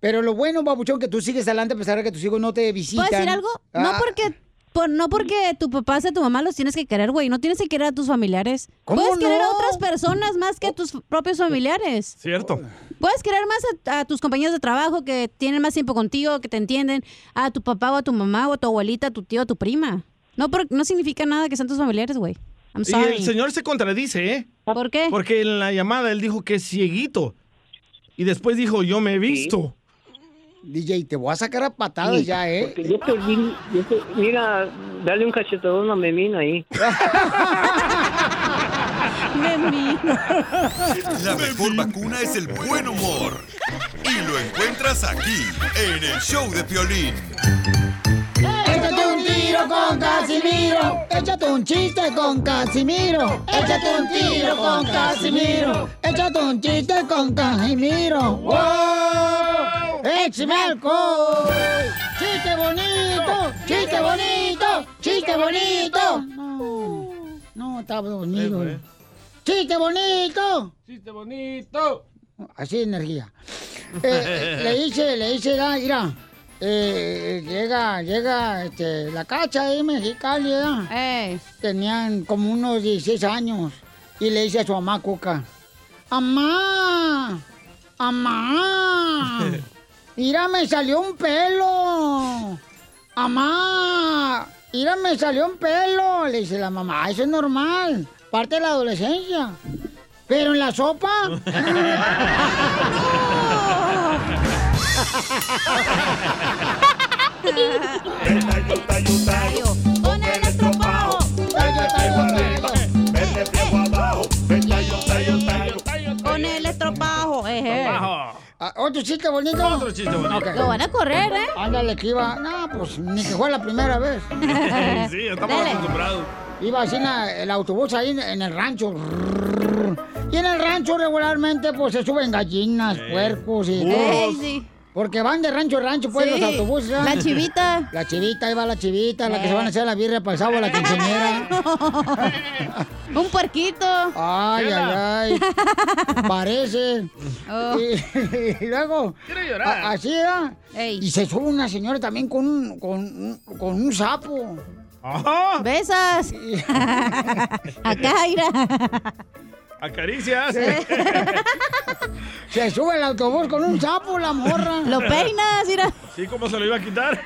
Pero lo bueno, babuchón, que tú sigues adelante a pesar de que tus hijos no te visitan. ¿Puedo decir algo? No Ah, porque por, no porque tu papá sea tu mamá los tienes que querer, güey. No tienes que querer a tus familiares. ¿Cómo Puedes querer a no? otras personas más Oh. que a tus propios familiares. Cierto. Puedes querer más a, a tus compañeros de trabajo que tienen más tiempo contigo, que te entienden, a tu papá o a tu mamá o a tu abuelita, a tu tío, a tu prima. No, por- no significa nada que sean tus familiares, güey. I'm Y sorry. el señor se contradice, ¿eh? ¿Por qué? Porque en la llamada él dijo que es cieguito. Y después dijo, yo me he visto. DJ, te voy a sacar a patadas Sí, ya, ¿eh? porque yo perdí- yo per- mira, dale un cachetadón a Memina ahí. La mejor vacuna es el buen humor. Y lo encuentras aquí, en el show de Piolín. Échate un tiro con Casimiro. Échate un chiste con Casimiro. Échate un tiro con Casimiro. Échate un chiste con Casimiro. ¡Wow! ¡Échame alcohol! ¡Chiste bonito! ¡Chiste bonito! ¡Chiste bonito! No, no, estaba dormido. ¡Chiste bonito! ¡Chiste bonito! Así de energía. Eh, le dice, le dice, da, mira, eh, llega, llega este, la cacha ahí en Mexicali, ¿verdad? Tenían como unos 16 años. Y le dice a su mamá Cuca, ¡Amá! ¡Amá! Mira, me salió un pelo. ¡Amá! Mira, me salió un pelo. Le dice la mamá, eso es normal. Parte de la adolescencia. Pero en la sopa. Con el estropajo, eh. Estropajo. Ah, ¿Otro chiste bonito? Otro chiste bonito. Lo van a correr, ¿eh? Ándale, que iba. No, pues ni que fue la primera vez. <laughs> sí, estamos acostumbrados. Iba así en la- el autobús ahí en, en el rancho. Y en el rancho regularmente pues se suben gallinas, puercos y... Burros. Ey, Porque van de rancho a rancho, pues, Sí. los autobuses. ¿verdad? La chivita. La chivita, ahí va la chivita, la que Eh. se van a hacer la birria para el sábado, la <laughs> quinceañera. Un puerquito. Ay, ay, ay. Parece. <laughs> Oh. Y, <laughs> y luego. a- así era. Y se sube una señora también con un, con, un- con un sapo. Besas. <laughs> Acá, Acaricias. Se sube el autobús con un sapo, la morra. Lo peinas, mira. <laughs> ¿Sí? ¿Cómo se lo iba a quitar?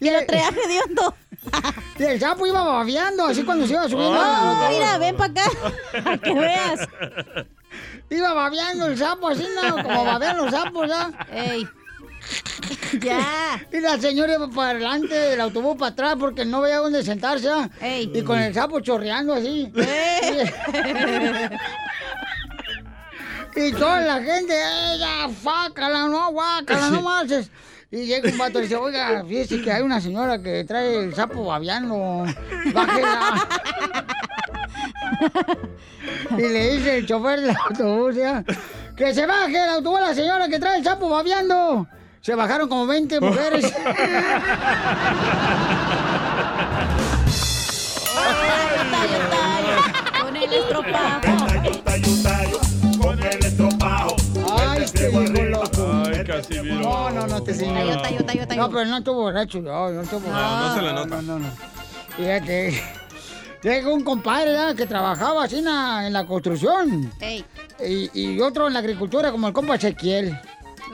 Y el traje de hondo. Y el sapo iba babeando, así cuando se iba subiendo. Ah, al autobús. mira, Oh, ven para acá. <laughs> Para que veas. Iba babeando el sapo, así, ¿no? <laughs> Como babean los sapos, ¿ya? Ey. Ya. Y la señora iba para adelante, el autobús para atrás, porque no veía dónde sentarse, ¿ya? Y con el sapo chorreando así. <laughs> Y toda la gente, "Ey, ya, <laughs> fácala, no, guácala, no marches. Y llega un vato y dice, oiga, fíjese que hay una señora que trae el sapo babeando, bájela. y le dice el chofer del autobús, ya, que se baje el autobús la señora que trae el sapo babeando. Se bajaron como 20 <laughs> mujeres. Con el estropajo. Ay, este viejo loco. Ay, Casimiro. No, no, no, te señor. Tayo, tayo, tayo, tayo. No, pero no estuvo borracho, yo, no estuvo borracho. No, no se le nota. No, no, no. Fíjate. Llega un compadre ¿verdad? que trabajaba así en la, en la construcción. Ey. Y, y otro en la agricultura, como el compa Ezequiel.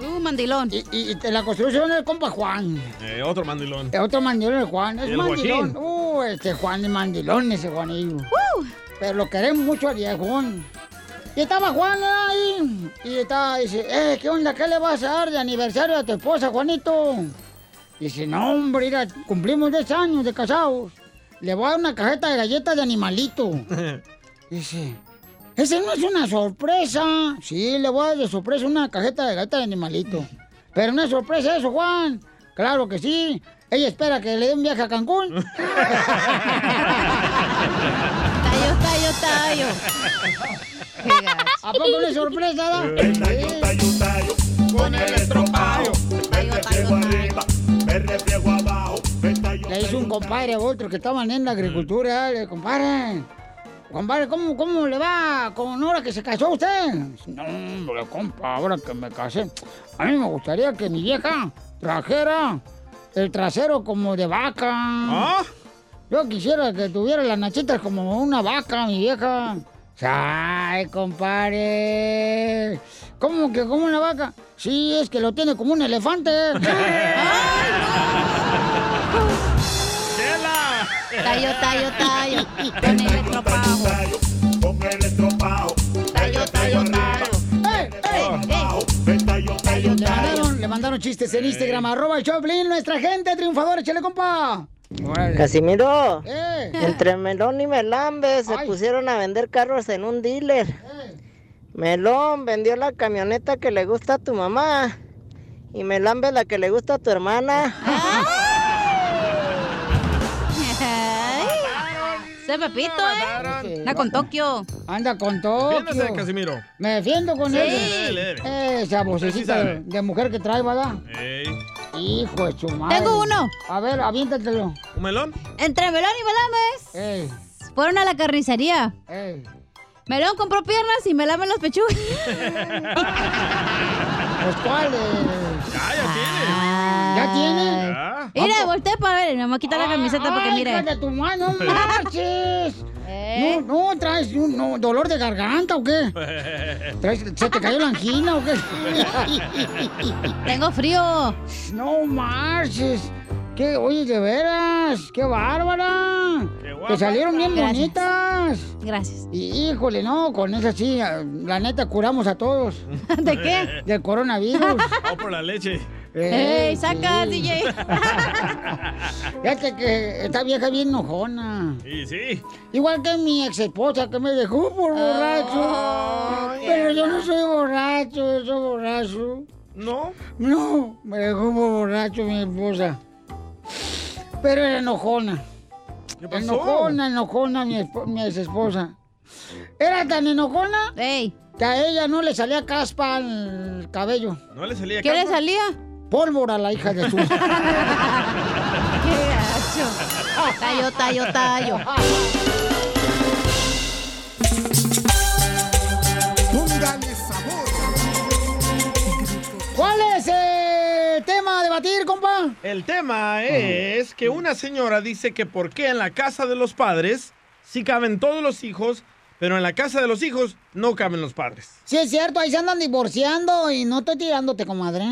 Uh, mandilón. Y, y- y en la construcción el compa Juan. Eh, otro mandilón. El otro mandilón es Juan. Es El mandilón. Uh, este Juan es mandilón, ese Juanillo. Pero lo queremos mucho al viejón. Y estaba Juan ahí. Y estaba, dice, eh, ¿qué onda? ¿Qué le vas a dar de aniversario a tu esposa, Juanito? Dice, no, hombre, mira, cumplimos 10 años de casados. Le voy a dar una cajeta de galletas de animalito. Dice, ese no es una sorpresa. Sí, le voy a dar de sorpresa una cajeta de galletas de animalito. Pero no es sorpresa eso, Juan. Claro que sí. Ella espera que le dé un viaje a Cancún. Tayo, tayo, tayo. ¿A poco no es Eh. sorpresa, da? Le hizo un compadre a otro que estaban en la agricultura. Le digo, compadre, compadre, ¿cómo, cómo le va con ahora que se casó usted? No, hombre, compa, ahora que me casé, a mí me gustaría que mi vieja trajera el trasero como de vaca. Yo quisiera que tuviera las nachitas como una vaca, mi vieja. Ay, compadre. ¿Cómo que como una vaca? Sí, es que lo tiene como un elefante. <laughs> Tallo, tallo, tallo. Con el estropajo. Con el estropajo. Tallo, tallo, tallo. ¡Eh, eh, Le mandaron, le mandaron chistes en Instagram, arroba el Choplin, nuestra gente triunfadora, chale compa. Casimiro, Eh. entre Melón y Melambe se pusieron a vender carros en un dealer. Melón vendió la camioneta que le gusta a tu mamá y Melambe la que le gusta a tu Ah. hermana. Se Pepito, ¿eh? Anda con Tokio. Anda con Tokio. Defiéndase, Casimiro. Me defiendo con Sí. él. Leve, leve. Esa Sí vocecita sabe. de, de mujer que trae, ¿verdad? Hijo de su madre. Tengo uno. A ver, aviéntatelo. ¿Un melón? Entre Melón y Melames. Fueron a la carnicería. Melón compró piernas y Melame las pechugas. Pues cuáles. Ya tiene. Ah, ¿Ya tiene? Ah. Mira, volteé para ver. Me voy a quitar la camiseta porque Ay, mire. Eh. hija de tu <laughs> mano, no marches. No, no, traes un no, dolor de garganta o qué? ¿Traes- ¿Se te cayó la angina o qué? <laughs> Tengo frío. No marches. ¿Qué? Oye, de veras, qué bárbara. Te salieron bien Gracias. bonitas. Gracias. Híjole, no, con esa sí, la neta curamos a <laughs> todos. ¿De qué? Del coronavirus. Oh, por la leche. Eh, ¡Ey, saca, sí. DJ! <laughs> Fíjate que esta vieja es bien enojona. Y sí. Igual que mi ex esposa que me dejó por Oh, borracho. Pero yo no soy borracho, yo soy borracho. ¿No? No, me dejó por borracho mi esposa. Pero era enojona. ¿Qué pasó? Enojona, enojona mi, esp- mi ex esposa. Era tan enojona que a ella no le salía caspa al cabello. ¿No le salía ¿Qué le capa? salía? Pólvora a la hija de su. ¡Qué gacho! Tallo, tallo, tallo. Póngale sabor. ¿Cuál es el tema a debatir, compa? El tema es que una señora dice que por qué en la casa de los padres sí caben todos los hijos, pero en la casa de los hijos no caben los padres. Sí, es cierto, ahí se andan divorciando y no estoy tirándote, comadre.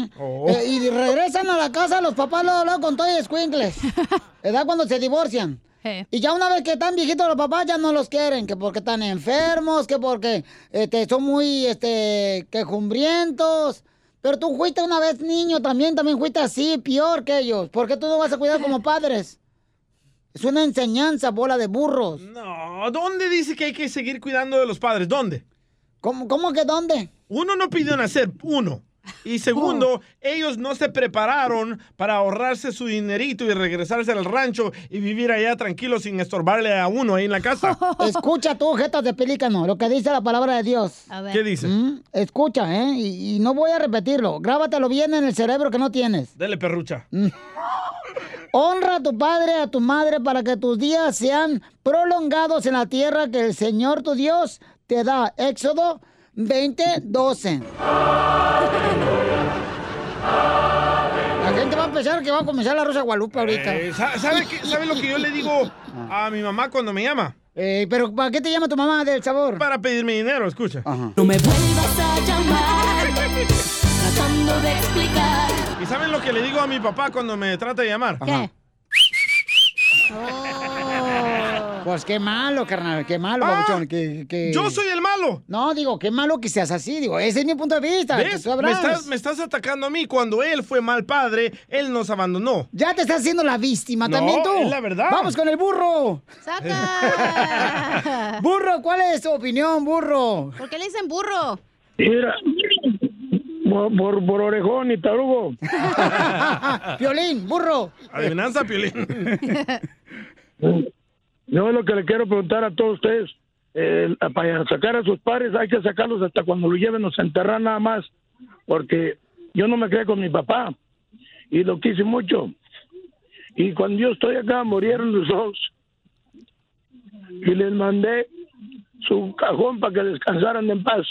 Eh, y regresan a la casa los papás luego, luego con todo y escuincles. ¿Verdad? Cuando se divorcian. Y ya una vez que están viejitos los papás ya no los quieren, que porque están enfermos, que porque este, son muy este, quejumbrientos. Pero tú fuiste una vez niño también, también fuiste así, peor que ellos. ¿Por qué tú no vas a cuidar como padres? Es una enseñanza, bola de burros. No, ¿dónde dice que hay que seguir cuidando de los padres? ¿Dónde? ¿Cómo, que dónde? Oh. Uno no pidió nacer, uno. Y segundo, ellos no se prepararon para ahorrarse su dinerito y regresarse al rancho y vivir allá tranquilo sin estorbarle a uno ahí en <laughs> la casa. Escucha tú, jetas de pelícano, lo que dice la palabra de Dios. ver. ¿Qué dice? Mm, Escucha, ¿eh? Y, y no voy a repetirlo. Grábatelo bien en el cerebro que no tienes. Mm. Dele perrucha. Honra a tu padre, a tu madre, para que tus días sean prolongados en la tierra que el Señor tu Dios te da. Éxodo 20, 12. La gente va a pensar que va a comenzar la Rosa de Guadalupe ahorita. Ah. Eh, sa- ¿sabe, qué- sabe lo que yo le digo a mi mamá cuando me llama? Eh, pero ¿para qué te llama tu mamá del sabor? Para pedirme dinero, escucha. No me Vuelvas a llamar, tratando de explicar. ¿Y saben lo que le digo a mi papá cuando me trata de llamar? ¿Qué? Pues qué malo, carnal, qué malo, babuchón, que- que- Ah, yo soy el malo. No, digo, qué malo que seas así, digo, ese es mi punto de vista. que ¿Ves? tú Me sabrás. estás, me estás atacando a mí. Cuando él fue mal padre, él nos abandonó. Ya te estás haciendo la víctima No, también tú. es la verdad. Vamos con el burro. <laughs> burro, ¿cuál es tu opinión, burro? ¿Por qué le dicen burro? Mira, por, por, por orejón y tarugo. <laughs> Piolín, burro. Adivinanza, Piolín. Yo lo que le quiero preguntar a todos ustedes, eh, para sacar a sus padres hay que sacarlos hasta cuando lo lleven nos enterrar nada más, porque yo no me quedé con mi papá y lo quise mucho. Y cuando yo estoy acá murieron los dos y les mandé su cajón para que descansaran en paz.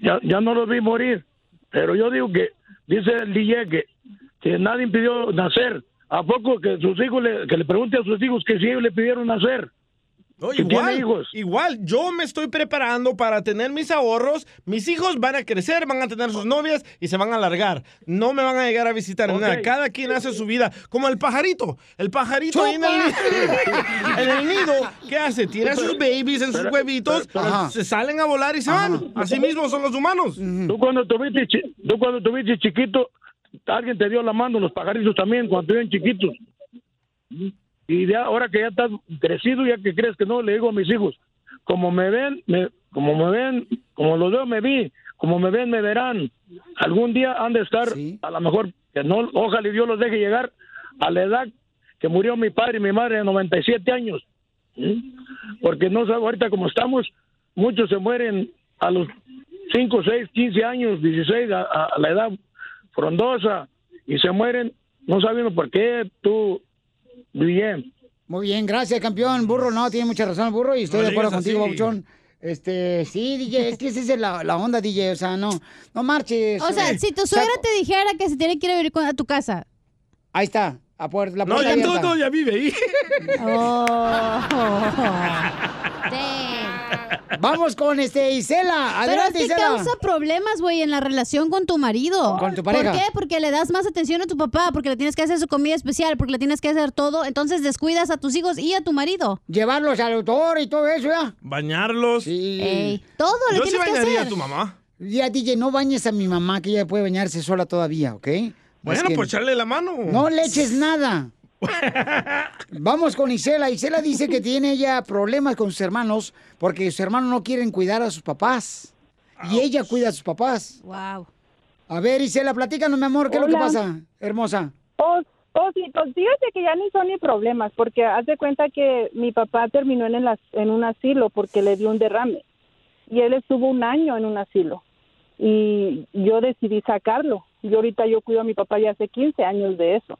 Ya, ya no los vi morir, pero yo digo que, dice el DJ que que nadie impidió nacer. ¿A poco que sus hijos le, que le pregunte a sus hijos que si ellos le pidieron nacer? No, Si tiene igual, hijos. igual, yo me estoy preparando para tener mis ahorros, mis hijos van a crecer, van a tener sus novias y se van a alargar. No me van a llegar a visitar ni nada. Cada quien hace su vida, como el pajarito. El pajarito ahí en el, en el nido, <laughs> ¿qué hace? Tiene a sus babies en sus Pero- huevitos, pero- pero- se salen a volar y se van. Así mismo son los humanos. Tú cuando tuviste, chi- tú cuando tuviste chiquito, alguien te dio la mano, los pajaritos también, cuando eran chiquitos. Y ya, ahora que ya estás crecido, ya que crees que no, le digo a mis hijos, como me ven, me- como me ven, como los veo, me vi, como me ven, me verán. Algún día han de estar, a lo mejor, que no, ojalá y Dios los deje llegar a la edad que murió mi padre y mi madre de 97 años. ¿Mm? Porque no sabe, ahorita como estamos, muchos se mueren a los 5, 6, 15 años, 16, a, a- a la edad frondosa, y se mueren, no sabemos por qué, tú, bien. Muy bien, gracias, campeón. Burro, no, tiene mucha razón el burro y estoy No de acuerdo digas contigo, así. Babuchón. Este, sí, DJ, es que esa es la, la onda, DJ, o sea, no, no marches. O sea, si tu suegra te dijera que se tiene que ir a vivir con- a tu casa. Ahí está, a puerta, la No, puerta ya abierta. todo ya vive ahí. Oh. <laughs> Oh. Vamos con este Isela. Pero es Adelante, que Isela. causa problemas, güey, en la relación con tu marido. Con tu pareja. ¿Por qué? Porque le das más atención a tu papá, porque le tienes que hacer su comida especial, porque le tienes que hacer todo. Entonces descuidas a tus hijos y a tu marido. Llevarlos al autor y todo eso, ¿ya? Bañarlos. Ey, todo Yo sí bañaría a tu mamá. Ya, DJ, no bañes a mi mamá, que ella puede bañarse sola todavía, ¿ok? Es Bueno, que- pues echarle la mano. No le eches <laughs> nada. Vamos con Isela. Isela dice que tiene ella problemas con sus hermanos porque sus hermanos no quieren cuidar a sus papás. Y ella cuida a sus papás. Wow. A ver, Isela, platícanos, mi amor, ¿qué es lo que Hola. pasa, hermosa? Oh, oh, sí, pues fíjate que ya ni son ni problemas, porque haz de cuenta que mi papá terminó en, el as- en un asilo porque le dio un derrame. Y él estuvo un año en un asilo. Y yo decidí sacarlo. Y ahorita yo cuido a mi papá ya hace 15 años de eso.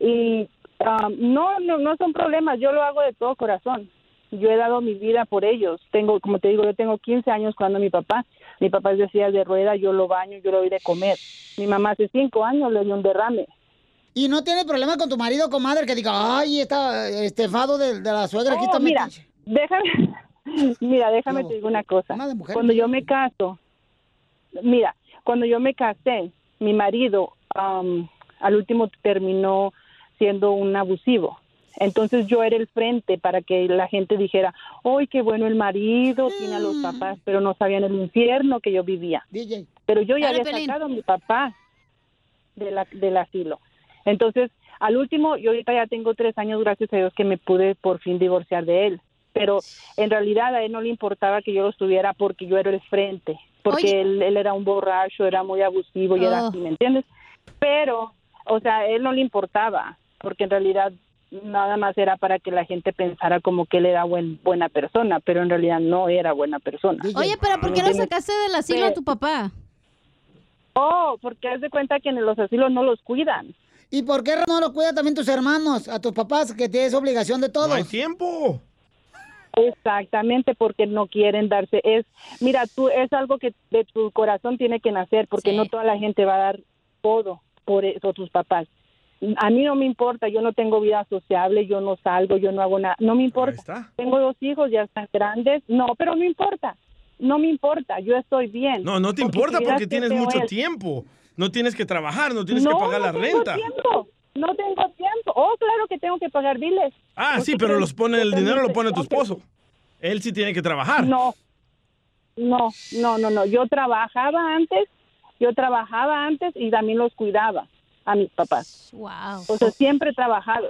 Y ah, no, no, no son problemas, yo lo hago de todo corazón. Yo he dado mi vida por ellos. Tengo, como te digo, yo tengo 15 años cuando mi papá, mi papá es de silla de rueda, yo lo baño, yo le doy de comer. Mi mamá hace 5 años le dio un derrame. ¿Y no tiene problema con tu marido o comadre que diga, ay, está este fado de, de la suegra aquí Oh, está mira, metiche"? déjame, <laughs> mira, déjame No, te digo una cosa. nada de mujer, Cuando mira. yo me caso, mira, cuando yo me casé, mi marido am, al último terminó siendo un abusivo. Entonces yo era el frente para que la gente dijera, ¡ay, qué bueno el marido! Tiene a Mm. los papás, pero no sabían el infierno que yo vivía. DJ. Pero yo ya Dale, había Pelín. sacado a mi papá de la- del asilo. Entonces, al último, yo ahorita ya tengo tres años, gracias a Dios, que me pude por fin divorciar de él. Pero en realidad a él no le importaba que yo lo estuviera porque yo era el frente, Oye. porque él, él era un borracho, era muy abusivo y era Oh. así, ¿me entiendes? Pero, o sea, a él no le importaba, porque en realidad nada más era para que la gente pensara como que él era buen, buena persona, pero en realidad no era buena persona. Oye, pero ¿por qué lo sacaste del asilo a tu papá? Oh, porque haz de cuenta que en los asilos no los cuidan. ¿Y por qué no lo cuida también tus hermanos, a tus papás, que tienes obligación de todo? No hay tiempo. Exactamente, porque no quieren darse. Es, mira, tú es algo que de tu corazón tiene que nacer, porque no toda la gente va a dar todo por eso tus papás. A mí no me importa, yo no tengo vida sociable, yo no salgo, yo no hago nada, no me importa. Tengo dos hijos, ya están grandes, no, pero no importa, no me importa, yo estoy bien. No, no te importa si vieras porque que tienes feo mucho es. tiempo. No tienes que trabajar, no tienes No, que pagar la no tengo renta. tiempo, No tengo tiempo. Oh, claro que tengo que pagar biles. Ah, sí, pero los pone el dinero lo pone tu esposo. Él sí tiene que trabajar. No, no, no, no, no. Yo trabajaba antes, yo trabajaba antes y también los cuidaba a mis papás. Wow. O sea, siempre he trabajado.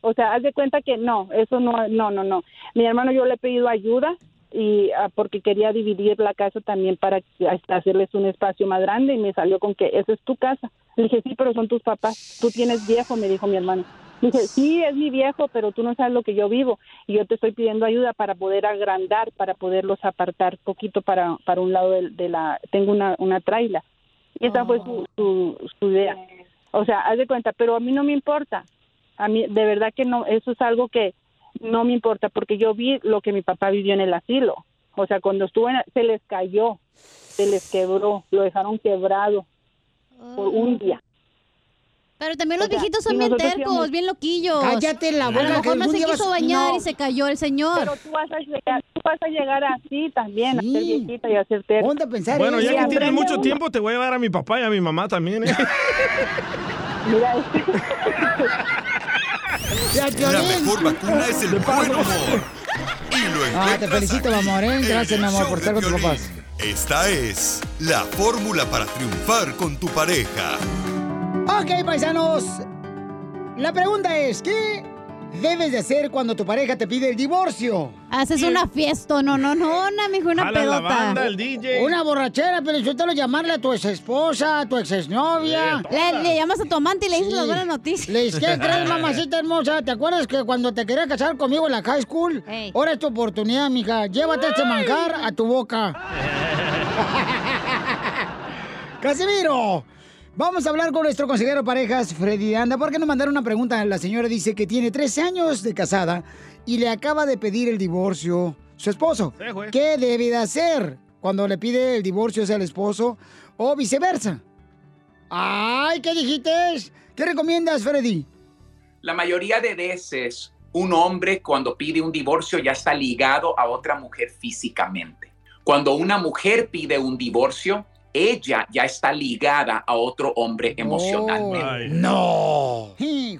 O sea, haz de cuenta que no, eso no, no, no, no. Mi hermano yo le he pedido ayuda y ah, porque quería dividir la casa también para que- hasta hacerles un espacio más grande y me salió con que esa es tu casa. Le dije, sí, pero son tus papás. Tú tienes viejo, me dijo mi hermano. Le dije, sí, es mi viejo, pero tú no sabes lo que yo vivo y yo te estoy pidiendo ayuda para poder agrandar, para poderlos apartar poquito para, para un lado del- de, la... Tengo una, una traila. Y esa fue su, su, su idea. O sea, haz de cuenta, pero a mí no me importa. A mí, de verdad que no, eso es algo que no me importa, porque yo vi lo que mi papá vivió en el asilo. O sea, cuando estuvo en, se les cayó, se les quebró, lo dejaron quebrado por un día. Pero también los O sea, viejitos y son bien nosotros tercos, íbamos- bien loquillos. Cállate la A boca, lo que mejor no algún se día quiso vas- bañar no. y se cayó el señor. Pero tú vas a llegar, tú vas a llegar así también, a ser viejita y a ser terco. Ponte a pensar Bueno, ya que tienes mucho uno. tiempo, te voy a llevar a mi papá y a mi mamá <laughs> también. ¿eh? La mejor vacuna es el buen humor. Y lo Ah, te encuentras felicito, mi aquí, amor, ¿eh? en Gracias, el mi amor, show por de estar con tus Piolín. papás. Esta es la fórmula para triunfar con tu pareja. Ok, paisanos. La pregunta es, ¿qué debes de hacer cuando tu pareja te pide el divorcio? Haces una fiesta, no, no, no, una, mijo, una Jala la pedota. banda, el DJ. Una borrachera, pero yo te lo llamarle a tu ex esposa, a tu ex exnovia. Sí, Le- le llamas a tu amante y le dices las buenas noticias. Le dices, <laughs> ¿qué crees, mamacita hermosa? ¿Te acuerdas que cuando te querías casar conmigo en la high school? Ahora es tu oportunidad, mija. Llévate este manjar a tu boca. Casimiro, vamos a hablar con nuestro consejero de parejas, Freddy Anda, porque nos mandaron una pregunta. La señora dice que tiene 13 años de casada y le acaba de pedir el divorcio su esposo. Sí, güey. ¿Qué debe de hacer cuando le pide el divorcio al esposo o viceversa? Ay, ¿qué dijiste? ¿Qué recomiendas, Freddy? La mayoría de veces un hombre cuando pide un divorcio ya está ligado a otra mujer físicamente. Cuando una mujer pide un divorcio, ella ya está ligada a otro hombre emocionalmente. no.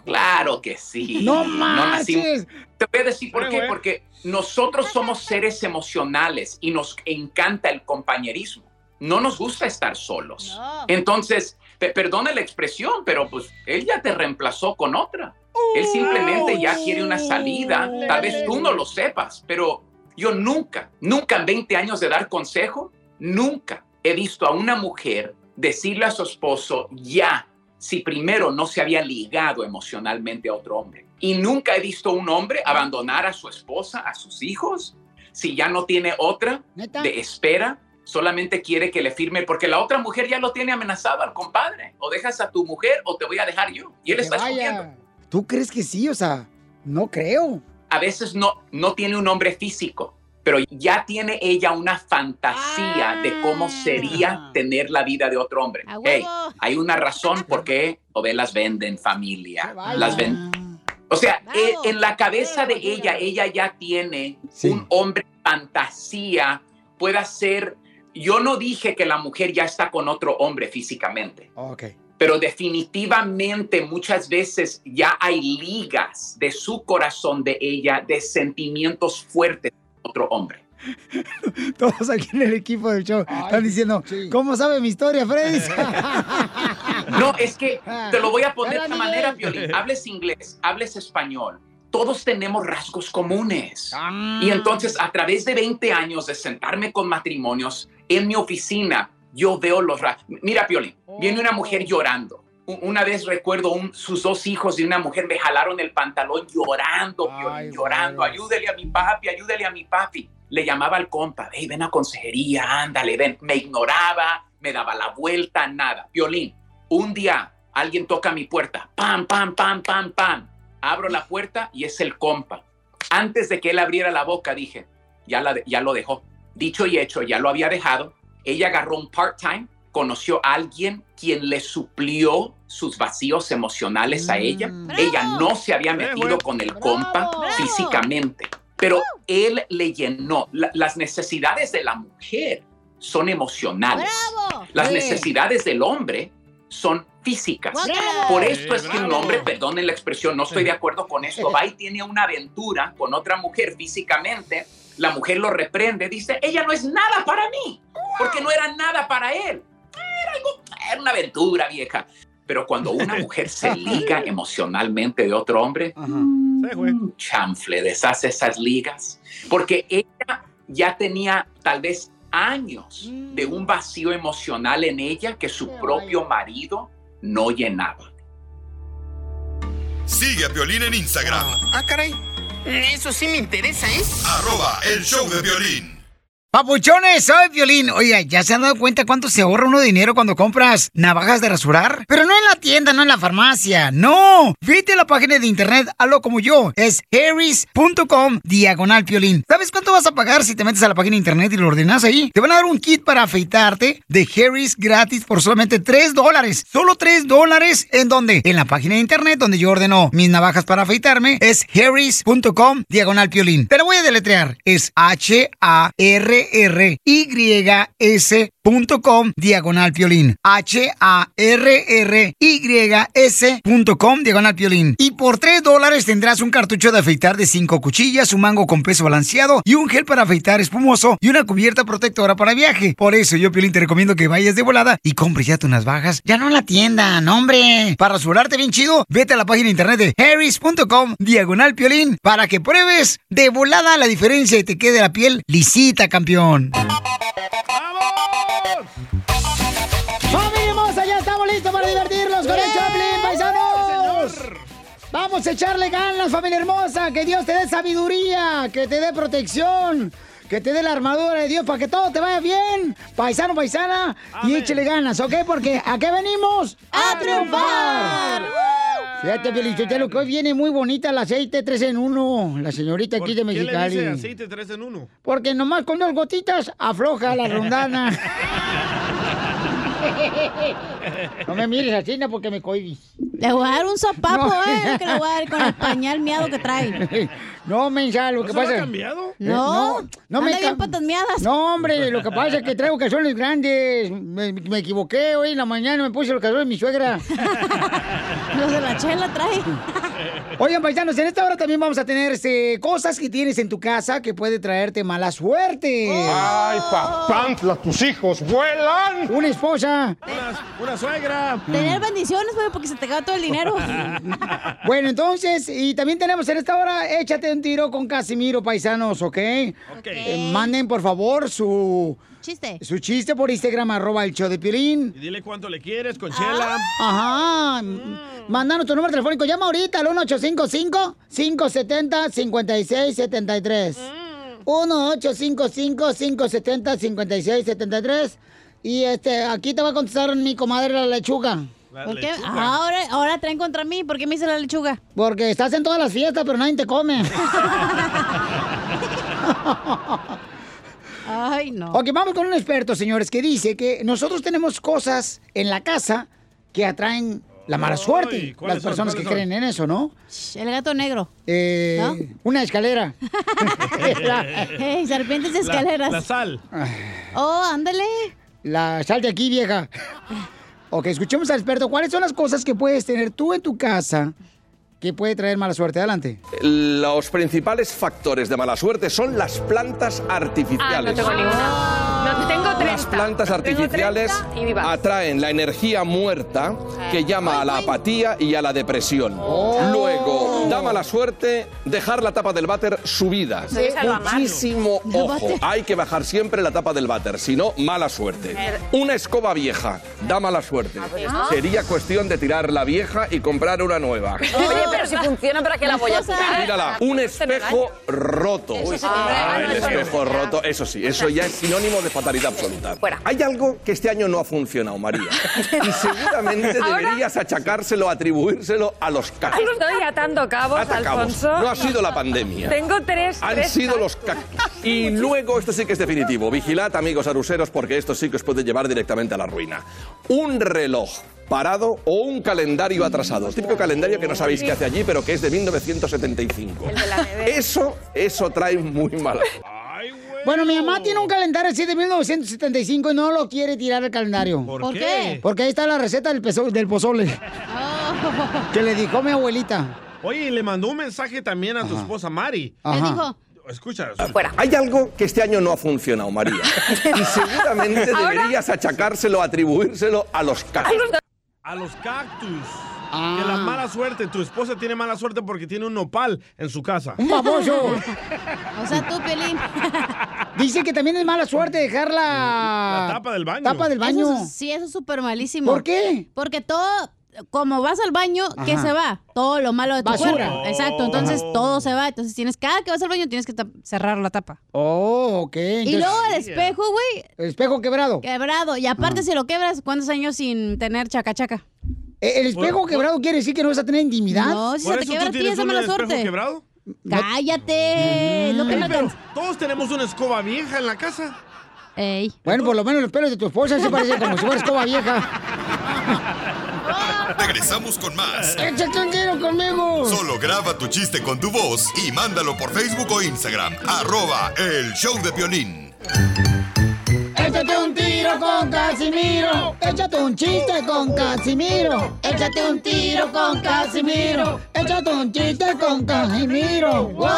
Claro que sí. No nacimos- marches. Te voy a decir por Sí, qué. güey. Porque nosotros somos seres emocionales y nos encanta el compañerismo. No nos gusta estar solos. Entonces, pe- perdona la expresión, pero pues él ya te reemplazó con otra. Él simplemente ya quiere una salida. Tal vez tú no lo sepas, pero yo nunca, nunca en 20 años de dar consejo, nunca he visto a una mujer decirle a su esposo ya si primero no se había ligado emocionalmente a otro hombre. Y nunca he visto un hombre abandonar a su esposa, a sus hijos, si ya no tiene otra ¿Neta? de espera, solamente quiere que le firme porque la otra mujer ya lo tiene amenazado al compadre. O dejas a tu mujer o te voy a dejar yo. Y él Que está vaya. escogiendo. ¿Tú crees que sí? O sea, no creo. A veces no, no tiene un hombre físico, pero ya tiene ella una fantasía de cómo sería tener la vida de otro hombre. Ah. ¡A huevo! Ah. Hey, hay una razón por qué novelas venden familia. Las ven. O sea, e- en la cabeza de ella, ella ya tiene un hombre fantasía, puede ser. Yo no dije que la mujer ya está con otro hombre físicamente Ok. pero definitivamente muchas veces ya hay ligas de su corazón, de ella, de sentimientos fuertes con otro hombre. <laughs> Todos aquí en el equipo del show están diciendo, ¿cómo sabe mi historia, Freddy? No, es que te lo voy a poner Ya de la esta miré. manera, Violín. Hables inglés, hables español. Todos tenemos rasgos comunes. Y entonces, a través de 20 años de sentarme con matrimonios en mi oficina, yo veo los rasgos. Mira, Piolín, viene una mujer llorando. U- Una vez recuerdo un- sus dos hijos de una mujer me jalaron el pantalón llorando, Piolín, llorando. Ayúdele a mi papi, ayúdele a mi papi. Le llamaba al compa, hey, ven a consejería, ándale, ven. Me ignoraba, me daba la vuelta, nada. Violín, un día alguien toca mi puerta, pam, pam, pam, pam, pam. Abro la puerta y es el compa. Antes de que él abriera la boca, dije, ya, la, ya lo dejó. Dicho y hecho, ya lo había dejado. Ella agarró un part-time, conoció a alguien quien le suplió sus vacíos emocionales a ella. Ella no se había metido con el compa físicamente, pero él le llenó. La- las necesidades de la mujer son emocionales. Las Sí. necesidades del hombre son físicas. Guácala. Por esto es Sí, que un bravo. hombre, perdonen la expresión, no estoy de acuerdo con esto, va y tiene una aventura con otra mujer físicamente, la mujer lo reprende, dice, ella no es nada para mí, porque no era nada para él. Era, algo- era una aventura vieja. Pero cuando una mujer se liga emocionalmente de otro hombre, chanfle, deshace esas ligas. Porque ella ya tenía tal vez años de un vacío emocional en ella que su propio marido no llenaba. Sigue a Piolín en Instagram. Ah, caray. Eso sí me interesa, ¿eh? Arroba el show de Piolín. Papuchones, soy Violín. Oiga, ¿ya se han dado cuenta cuánto se ahorra uno de dinero cuando compras navajas de rasurar? Pero no en la tienda, no en la farmacia, no. Vete a la página de internet, hazlo como yo. Es harris.com diagonal Piolín. ¿Sabes cuánto vas a pagar si te metes a la página de internet y lo ordenas ahí? Te van a dar un kit para afeitarte de Harris gratis por solamente 3 dólares. Solo 3 dólares en donde? En la página de internet donde yo ordeno mis navajas para afeitarme es harris.com diagonal Piolín. Te lo voy a deletrear. Es H-A-R rrys.com diagonal piolín. h a r r y diagonal piolín. Y por 3 dólares tendrás un cartucho de afeitar de 5 cuchillas, un mango con peso balanceado y un gel para afeitar espumoso y una cubierta protectora para viaje. Por eso yo, Piolín, te recomiendo que vayas de volada y compres ya tus navajas. Ya no en la tienda, no hombre. Para rasurarte bien chido, vete a la página de internet de harris.com diagonal piolín para que pruebes de volada la diferencia y te quede la piel lisita, campeón. ¡Familia hermosa! ¡Ya estamos listos para divertirnos con el Choplin, paisanos! ¡Vamos a echarle ganas, familia hermosa! ¡Que Dios te dé sabiduría! ¡Que te dé protección! Que te dé la armadura de Dios para que todo te vaya bien, paisano, paisana, y échele ganas, ¿ok? Porque ¿a qué venimos? ¡A triunfar! Fíjate, Felicitelo, que hoy viene muy bonita el aceite 3 en 1, la señorita aquí de ¿Qué le Mexicali. dice aceite 3 <laughs> en 1? Porque nomás con dos gotitas afloja <laughs> la rondana. No me mires así, no, porque me cohibis. Le voy a dar un sopapo, No. eh, lo que le voy a dar con el pañal miado que trae. No, mensa, lo ¿No que se lo ha pasa... cambiado? Eh, No, no, no me... anda bien cam- No, hombre, lo que pasa es que traigo calzones grandes. Me, me equivoqué hoy en la mañana, me puse los calzones de mi suegra. <laughs> Los de la chela trae. <laughs> Oigan, paisanos, en esta hora también vamos a tener este, cosas que tienes en tu casa que puede traerte mala suerte. ¡Ay, Oh. papantla, tus hijos vuelan! Una esposa. Una, una suegra. Tener bendiciones, güey, porque se te acaba todo el <laughs> dinero. <laughs> Bueno, entonces, y también tenemos en esta hora, échate un tiro con Casimiro, paisanos, ¿ok? Eh, manden, por favor, su... Chiste. Su chiste por Instagram, arroba el show de Piolín. Y dile cuánto le quieres, Conchela. Ah. Ajá. Mm. Mándanos tu número telefónico. Llama ahorita al 1855-570-5673. Mm. 1855-570-5673. Y este, aquí te va a contestar mi comadre la lechuga. La ¿Por qué? lechuga. Ah, Ahora, ahora traen contra mí. ¿Por qué me hice la lechuga? Porque estás en todas las fiestas, pero nadie te come. <laughs> Ay, no. Ok, vamos con un experto, señores, que dice que nosotros tenemos cosas en la casa que atraen la mala suerte. ¿cuáles Las son, personas que cuáles son? creen en eso, ¿no? El gato negro. Eh, Una escalera. <laughs> Ey, serpientes de escaleras. sal. Oh, ándale. Ah. La sal de aquí, vieja. Ok, escuchemos al experto. ¿Cuáles son las cosas que puedes tener tú en tu casa que puede traer mala suerte? Adelante. Los principales factores de mala suerte son las plantas artificiales. Ah, no tengo ninguna. No, tengo 30. Las plantas artificiales y vivas. Ah. atraen la energía muerta que llama a la apatía y a la depresión. Oh. Luego, da mala suerte dejar la tapa del váter subida. Soy salvamano. Muchísimo El ojo. váter. Hay que bajar siempre la tapa del váter, si no, mala suerte. Una escoba vieja da mala suerte. Ah. Sería cuestión de tirar la vieja y comprar una <laughs> nueva. Oye, pero si funciona, ¿para qué la voy a Este tirar? Mírala, un espejo roto. Eso sí, Ah, no, el eso no. espejo roto, eso sí, eso ya es sinónimo de fatalidad absoluta. Hay algo que este año no ha funcionado, María. <laughs> Y seguramente Ahora- deberías achacárselo, atribuírselo a los cactus. Algo estoy atando cabos, Ata cabos. Alfonso. No ha sido la pandemia. Tengo tres. Han tres sido cactus. los cactus. Y luego, esto sí que es definitivo. Vigilad, amigos aruseros, porque esto sí que os puede llevar directamente a la ruina. Un reloj parado o un calendario atrasado. El típico calendario que no sabéis qué hace allí, pero que es de 1975. Eso, eso trae muy mala. Bueno, mi mamá tiene un calendario así de 1975 y no lo quiere tirar el calendario. ¿Por ¿Por qué? qué? Porque ahí está la receta del, pezo- del pozole Oh. que le dijo mi abuelita. Oye, y le mandó un mensaje también a tu esposa Mari. Ajá. dijo? Escucha. Hay algo que este año no ha funcionado, María. Y seguramente Ahora- deberías achacárselo, atribuírselo a los cactus. A los cactus. Ah. Que la mala suerte, tu esposa tiene mala suerte porque tiene un nopal en su casa. ¡Un <laughs> baboso! O sea, tú, <laughs> Pelín. Dice que también es mala suerte dejar la... La tapa del baño. Tapa del baño. Eso es- sí, eso es súper malísimo. ¿Por qué? Porque todo, como vas al baño, ¿qué Ajá. se va? Todo lo malo de tu Basura. cuerpo. Exacto, entonces todo se va. Entonces tienes, cada que vas al baño tienes que tap- cerrar la tapa. Oh, ok. y entonces- luego el espejo, güey. ¿El espejo quebrado? Quebrado. Y aparte, Ah. si lo quebras, ¿cuántos años sin tener chaca chaca? ¿E- ¿El espejo quebrado quiere decir que no vas a tener intimidad? No, si se te quebra, tienes de mala suerte. quebrado? Cállate. Lo que Ey, no Mm. pero alcanza- todos tenemos una escoba vieja en la casa. Bueno, por lo menos los pelos de tu esposa se parecen como si fuera escoba vieja. Regresamos con más. ¡Échate un tiro conmigo! Solo graba tu chiste con tu voz y mándalo por Facebook o Instagram. Arroba el show de violín. Échate un tiro con Casimiro. Échate un chiste con Casimiro. Échate un tiro con Casimiro. Échate un chiste con Casimiro. ¡Wow!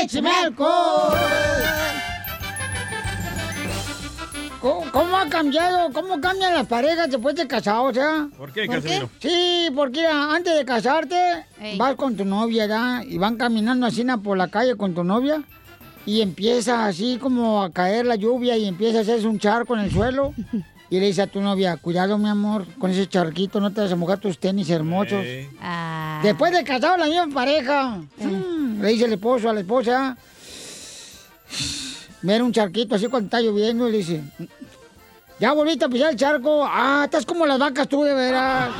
¡Échame alcohol! ¿Cómo, cómo ha cambiado? ¿Cómo cambian las parejas después de casados, ya? ¿Por qué, ¿Por qué? Casimiro? Sí, porque mira, antes de casarte, vas con tu novia, ¿ya? Y van caminando así na, por la calle con tu novia. Y empieza así como a caer la lluvia y empieza a hacerse un charco en el suelo. Y le dice a tu novia, cuidado, mi amor, con ese charquito no te vas a mojar tus tenis hermosos. Eh. Ah, Después de casado, la misma pareja. mm, Le dice el esposo a la esposa. Mira un charquito así cuando está lloviendo y le dice, ya volviste a pisar el charco. Ah, estás como las vacas tú, de veras.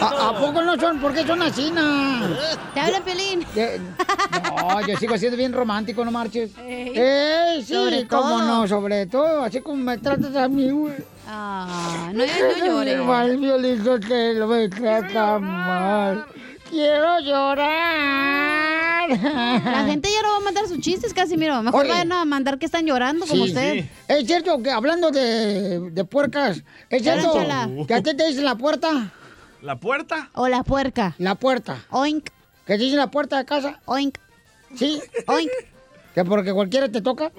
¿A, a poco no son? ¿Por qué son así, na? Te habla Pelín. No, yo sigo siendo bien romántico, no marches. Ey. Eh, sí, Sobre cómo todo. no, sobre todo. Así como me tratas a mí, güey. Ah, no, <laughs> no llores. Igual Piolín Sotelo me trata mal. Quiero llorar. La gente ya no va a mandar sus chistes, Casimiro. Mejor Oye. van a mandar que están llorando como Sí. usted. <laughs> Es cierto que hablando de, de puercas, es Chala, cierto chala. que a ti te dicen la puerta. ¿La puerta? O la puerca. La puerta. Oink. ¿Que te dicen la puerta de casa? Oink. ¿Sí? Oink. ¿Que porque cualquiera te toca?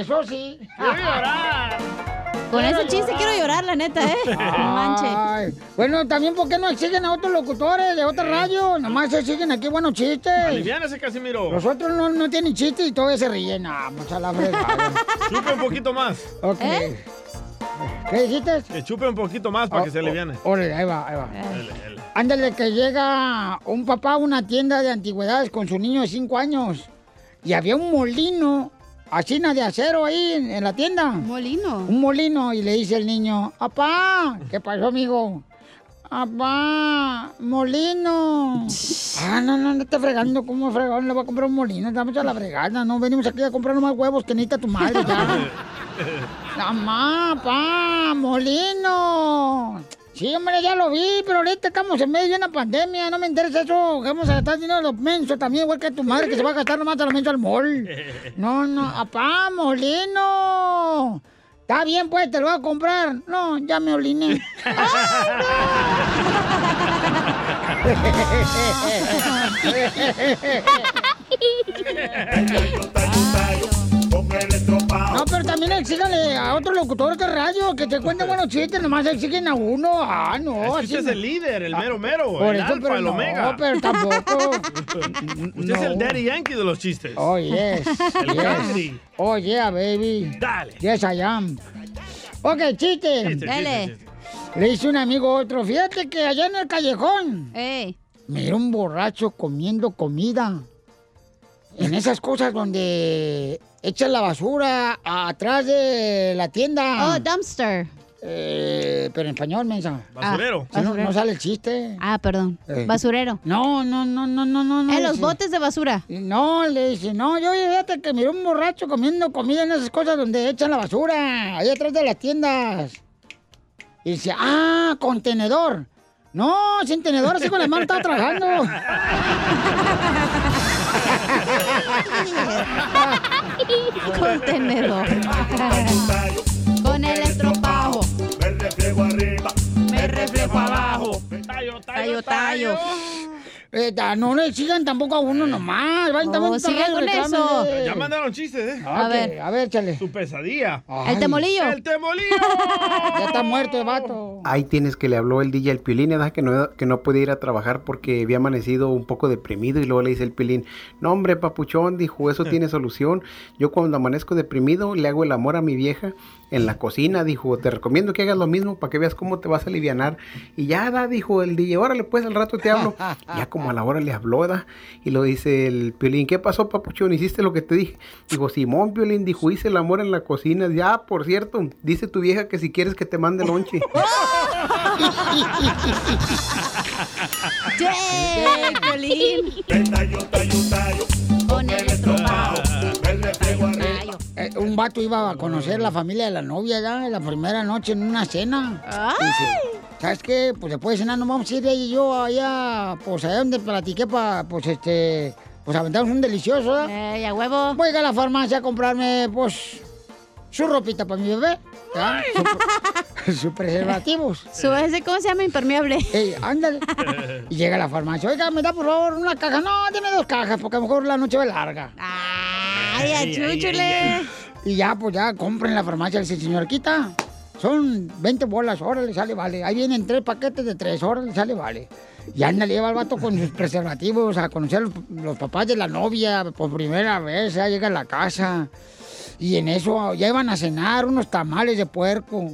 Eso sí. Quiero llorar. <laughs> Con Quiero ese chiste llorar. quiero llorar, la <laughs> neta, ¿eh? No manche. Ay, bueno, también porque no exigen a otros locutores de otra radio, nomás exigen aquí buenos chistes. Aliviánese, Casimiro. Los otros no, no tienen chistes y todavía se rellena. Pues a la fregada. Chupe un poquito más. Ok. ¿Eh? ¿Qué dijiste? Oh, Que chupe un poquito más para que se aliviane. Órale, ahí va, ahí va. Ele, ele. Ándale, que llega un papá a una tienda de antigüedades con su niño de 5 años. Y había un molino, asina de acero ahí en, en la tienda. ¿Molino? Un molino. Y le dice el niño, ¡Apá! ¿Qué pasó, amigo? ¡Apá! ¡Molino! Ah, no, no, no está fregando. ¿Cómo fregón le va a comprar un molino? Dame a la fregada. No, venimos aquí a comprar más huevos que necesita tu madre ya. ¡Mamá, pa, molino! Sí, hombre, ya lo vi, pero ahorita estamos en medio de una pandemia, no me interesa eso. Vamos a gastar dinero a los mensos también, igual que tu madre que se va a gastar nomás a los mensos al <laughs> mall. No, no, apá, molino. Está bien, pues, te lo voy a comprar. No, ya me oliné. No, pero también exíganle a otro locutor de radio que te cuente buenos chistes, nomás exigen a uno. Ah, no. Es que usted es el líder, el mero mero, Ah, por el eso, alfa, pero el no, omega. pero tampoco. Usted es el daddy yankee de los chistes. Oh, yes. El yes. country. Oh, yeah, baby. Dale. Yes, I am. Ok, chiste. chiste, Dale. chiste. Le hice un amigo a otro. Fíjate que allá en el callejón. Mira un borracho comiendo comida. En esas cosas donde echan la basura atrás de la tienda. Oh, dumpster. Eh, pero en español, mensa. Basurero. Si no, basurero. no sale el chiste. Eh. Ah, perdón. Basurero. No, no, no, no, no, no. En los sí. botes de basura. No, le dice, no, yo fíjate que miré un borracho comiendo comida en esas cosas donde echan la basura, ahí atrás de las tiendas. Y dice, ah, con tenedor. No, sin tenedor, así con la mano <laughs> estaba trabajando. Con tenedor. Con el estropajo. Me Oh, reflejo arriba, me reflejo abajo. Tallo, tallo. eh, da- no le sigan tampoco a uno nomás. Vayan también Oh, a otra sigan radio, con reclámenle. eso. Ya mandaron chistes, ¿eh? Ah, A ok, ver. a ver, chale. Su pesadilla. El temolillo. El temolillo. ya está muerto el vato. Ahí tienes que le habló el DJ al Piolín, ¿verdad? Que no, que no podía ir a trabajar porque había amanecido un poco deprimido y luego le dice el Piolín, no hombre, papuchón, dijo, eso tiene solución. Yo cuando amanezco deprimido le hago el amor a mi vieja en la cocina, dijo, te recomiendo que hagas lo mismo para que veas cómo te vas a alivianar. Y ya, da, dijo el DJ, órale, pues al rato te hablo. Ya como a la hora le habló, da, y lo dice el Piolín, ¿qué pasó, papuchón? ¿Hiciste lo que te dije? Dijo, Simón Piolín, dijo, hice el amor en la cocina. Ya, por cierto, dice tu vieja que si quieres que te mande lonche. ¡Che, Piolín! Con el Eh, un vato iba a conocer la familia de la novia ya en la primera noche en una cena. Dice, ¿Sabes qué? Pues después de cenar nos vamos a ir ella y yo allá, pues allá donde platiqué para, pues este, pues aventamos un delicioso, ¿eh? a huevo. Voy a la farmacia a comprarme, pues, su ropita para mi bebé. ¿ya? Su pro- Sus preservativos. <laughs> Su ese, ¿cómo se llama? Impermeable. Ey, <laughs> ándale. Y llega a la farmacia. Oiga, me da por favor una caja. No, deme dos cajas, porque a lo mejor la noche va larga. Ay, ay, achúchale. ay, ay. Y ya, pues ya, compren en la farmacia, le dice, señor, quita. Son 20 bolas, órale, sale, vale. Ahí vienen tres paquetes de tres, órale, sale, vale. Y anda, le lleva al vato con sus preservativos a conocer los, los papás de la novia por primera vez, ya llega a la casa. Y en eso ya iban a cenar unos tamales de puerco.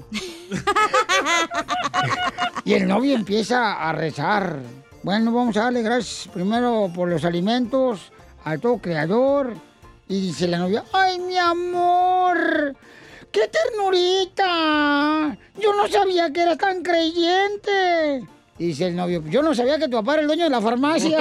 Y el novio empieza a rezar. Bueno, vamos a darle gracias primero por los alimentos, a todo creador. Y dice la novia, ay mi amor, qué ternurita. Yo no sabía que eras tan creyente. Y dice el novio, yo no sabía que tu papá era el dueño de la farmacia.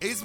Es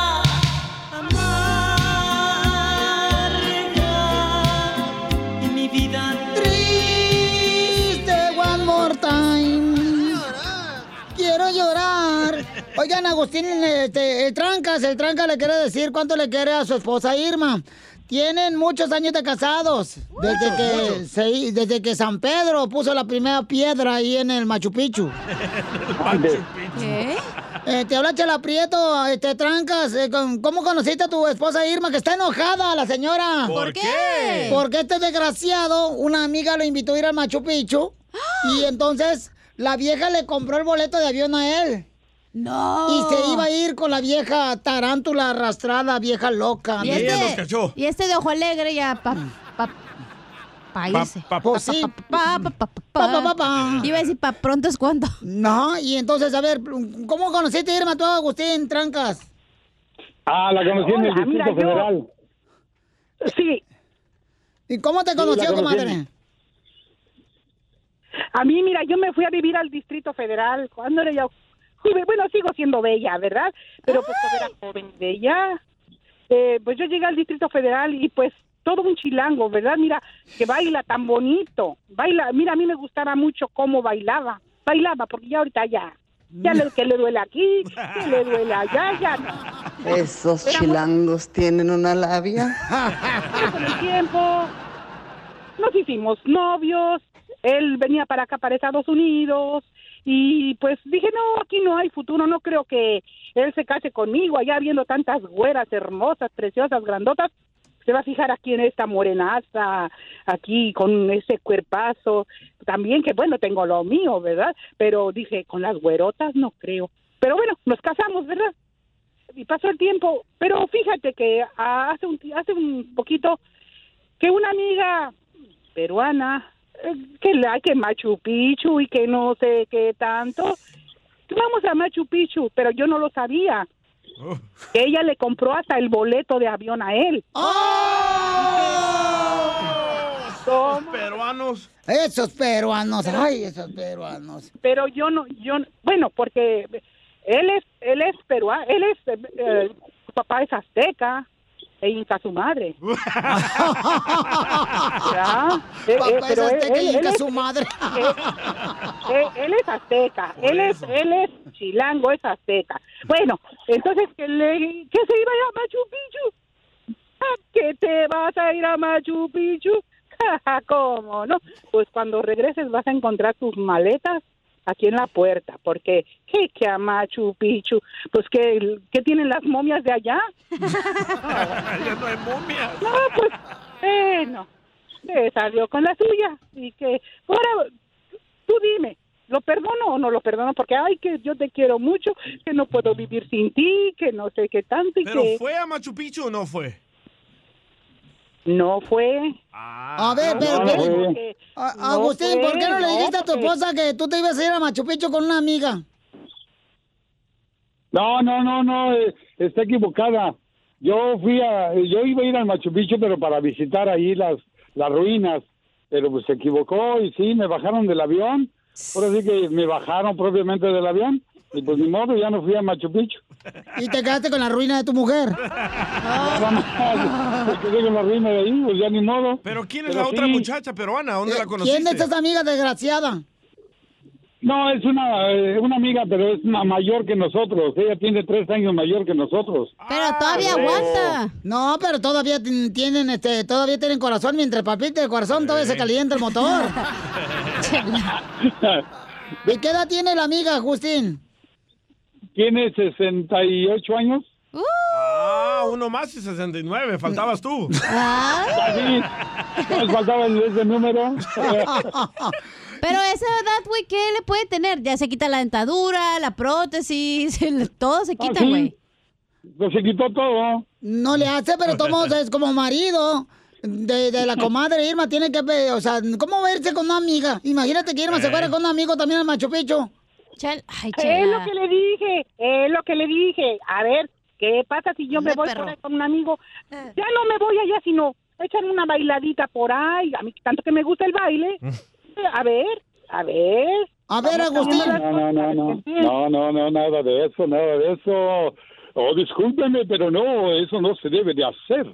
amarga, y mi vida Triste one more time. Quiero llorar. Oigan, Agustín, este, el Trancas, el Tranca le quiere decir cuánto le quiere a su esposa Irma. Tienen muchos años de casados. Desde que, se- desde que San Pedro puso la primera piedra ahí en el Machu Picchu. ¿Qué? Eh, te habla Chela Prieto, este, Trancas. eh, con- ¿Cómo conociste a tu esposa Irma? Que está enojada la señora. ¿Por qué? Porque este desgraciado, una amiga lo invitó a ir al Machu Picchu. ¡Ah! Y entonces la vieja le compró el boleto de avión a él. No. Y Oh. se iba a ir con la vieja tarántula arrastrada, vieja loca. Y este- Y este de ojo alegre ya pa, pa, pa irse. Pa- pues sí. Pa, pa, pa, pa, pa, Iba a decir pa pronto es cuando. No, y entonces, a ver, ¿cómo conociste a Irma tú, Agustín Trancas? Ah, la conocí en el Hola, mira, Distrito yo- Federal. Sí. ¿Y cómo te Sí, la conoció, conocí comadre? en- A mí, mira, yo me fui a vivir al Distrito Federal cuando era ya joven. Bueno, sigo siendo bella, ¿verdad? Pero pues cuando era joven y bella. eh, pues yo llegué al Distrito Federal y pues todo un chilango, ¿verdad? Mira, que baila tan bonito. Baila, mira, a mí me gustaba mucho cómo bailaba. Bailaba, porque ya ahorita ya. Ya le, que le duele aquí, que le duele allá, ya. no. Esos chilangos tienen una labia. con el tiempo. Nos hicimos novios. Él venía para acá, para Estados Unidos. Y pues dije, no, aquí no hay futuro. No creo que él se case conmigo. Allá viendo tantas güeras hermosas, preciosas, grandotas. Se va a fijar aquí en esta morenaza, aquí con ese cuerpazo. También que bueno, tengo lo mío, ¿verdad? Pero dije, con las güerotas no creo. Pero bueno, nos casamos, ¿verdad? y pasó el tiempo, pero fíjate que ah, hace un ti- hace un poquito que una amiga peruana eh, que la que Machu Picchu y que no sé qué tanto que vamos a Machu Picchu, pero yo no lo sabía. Que ella le compró hasta el boleto de avión a él. peruanos. ¡Oh! Esos peruanos, ay, esos peruanos. Pero yo no, yo, no- bueno, porque él es, él es peruano, él es, eh, eh, su papá es azteca e inca <laughs> su madre. Ya, eh, eh, Papá es pero él- azteca él- y él inca es- su madre. él, él es azteca, él es, él es chilango, es azteca. Bueno, entonces que le, que se iba a Machu Picchu, Ah, que te vas a ir a Machu Picchu, <laughs> Jaja, cómo no, pues cuando regreses vas a encontrar tus maletas aquí en la puerta, porque que que a Machu Picchu, pues que, que tienen las momias de allá, Ya no hay momia. no, pues, eh, no. Eh, salió con la suya. Y que, ahora, tú dime, ¿lo perdono o no lo perdono? Porque, ay, que yo te quiero mucho, que no puedo vivir sin ti, que no sé qué tanto. Y ¿Pero que fue a Machu Picchu o no fue? no fue. A ver, pero, pero- A- Eh, No Agustín, ¿por qué no fue, le no, dijiste a tu porque- esposa que tú te ibas a ir a Machu Picchu con una amiga? No, no, no, no, eh, está equivocada. Yo fui a, eh, yo iba a ir al Machu Picchu, pero para visitar ahí las, las ruinas, pero pues se equivocó y sí, me bajaron del avión. Ahora sí que me bajaron propiamente del avión y pues ni modo, ya no fui a Machu Picchu. Y te quedaste con la ruina de tu <laughs> mujer. Me quedé con la ruina de ahí, pues ya ni modo. ¿Pero quién es la otra muchacha peruana? ¿Dónde la conociste? Eh, ¿Quién es esa amiga desgraciada? No, es una, eh, una amiga, pero es ma- mayor que nosotros. Ella tiene tres años mayor que nosotros. <laughs> Pero todavía aguanta. No, pero todavía ti- tienen, este, todavía tienen corazón, mientras papita el corazón todavía se calienta el <laughs> motor. ¿Y qué edad tiene la amiga, Agustín? Tiene 68 <laughs> años. Uh. Ah, uno más y 69. Faltabas tú. Ah. <laughs> Así, nos faltaba el- ese número. <laughs> Pero a esa edad, güey, ¿qué le puede tener? Ya se quita la dentadura, la prótesis, <laughs> el- todo se quita, sí. güey. Pues se quitó todo. No le hace, pero tomo, es como marido de, <laughs> de la comadre Irma, tiene que, pe- o sea, ¿cómo va a irse con una amiga? Imagínate que Irma se fuera con un amigo también al Machu Picchu. Es lo que le dije, es lo que le dije. A ver, ¿qué pasa si yo me voy por ahí con un amigo? Ya no me voy allá, sino echar una bailadita por ahí. A mí tanto que me gusta el baile. A ver, a ver. A ver, No, no, no, no, no, no, no, nada de eso, nada de eso. Oh, discúlpeme, pero no, eso no se debe de hacer.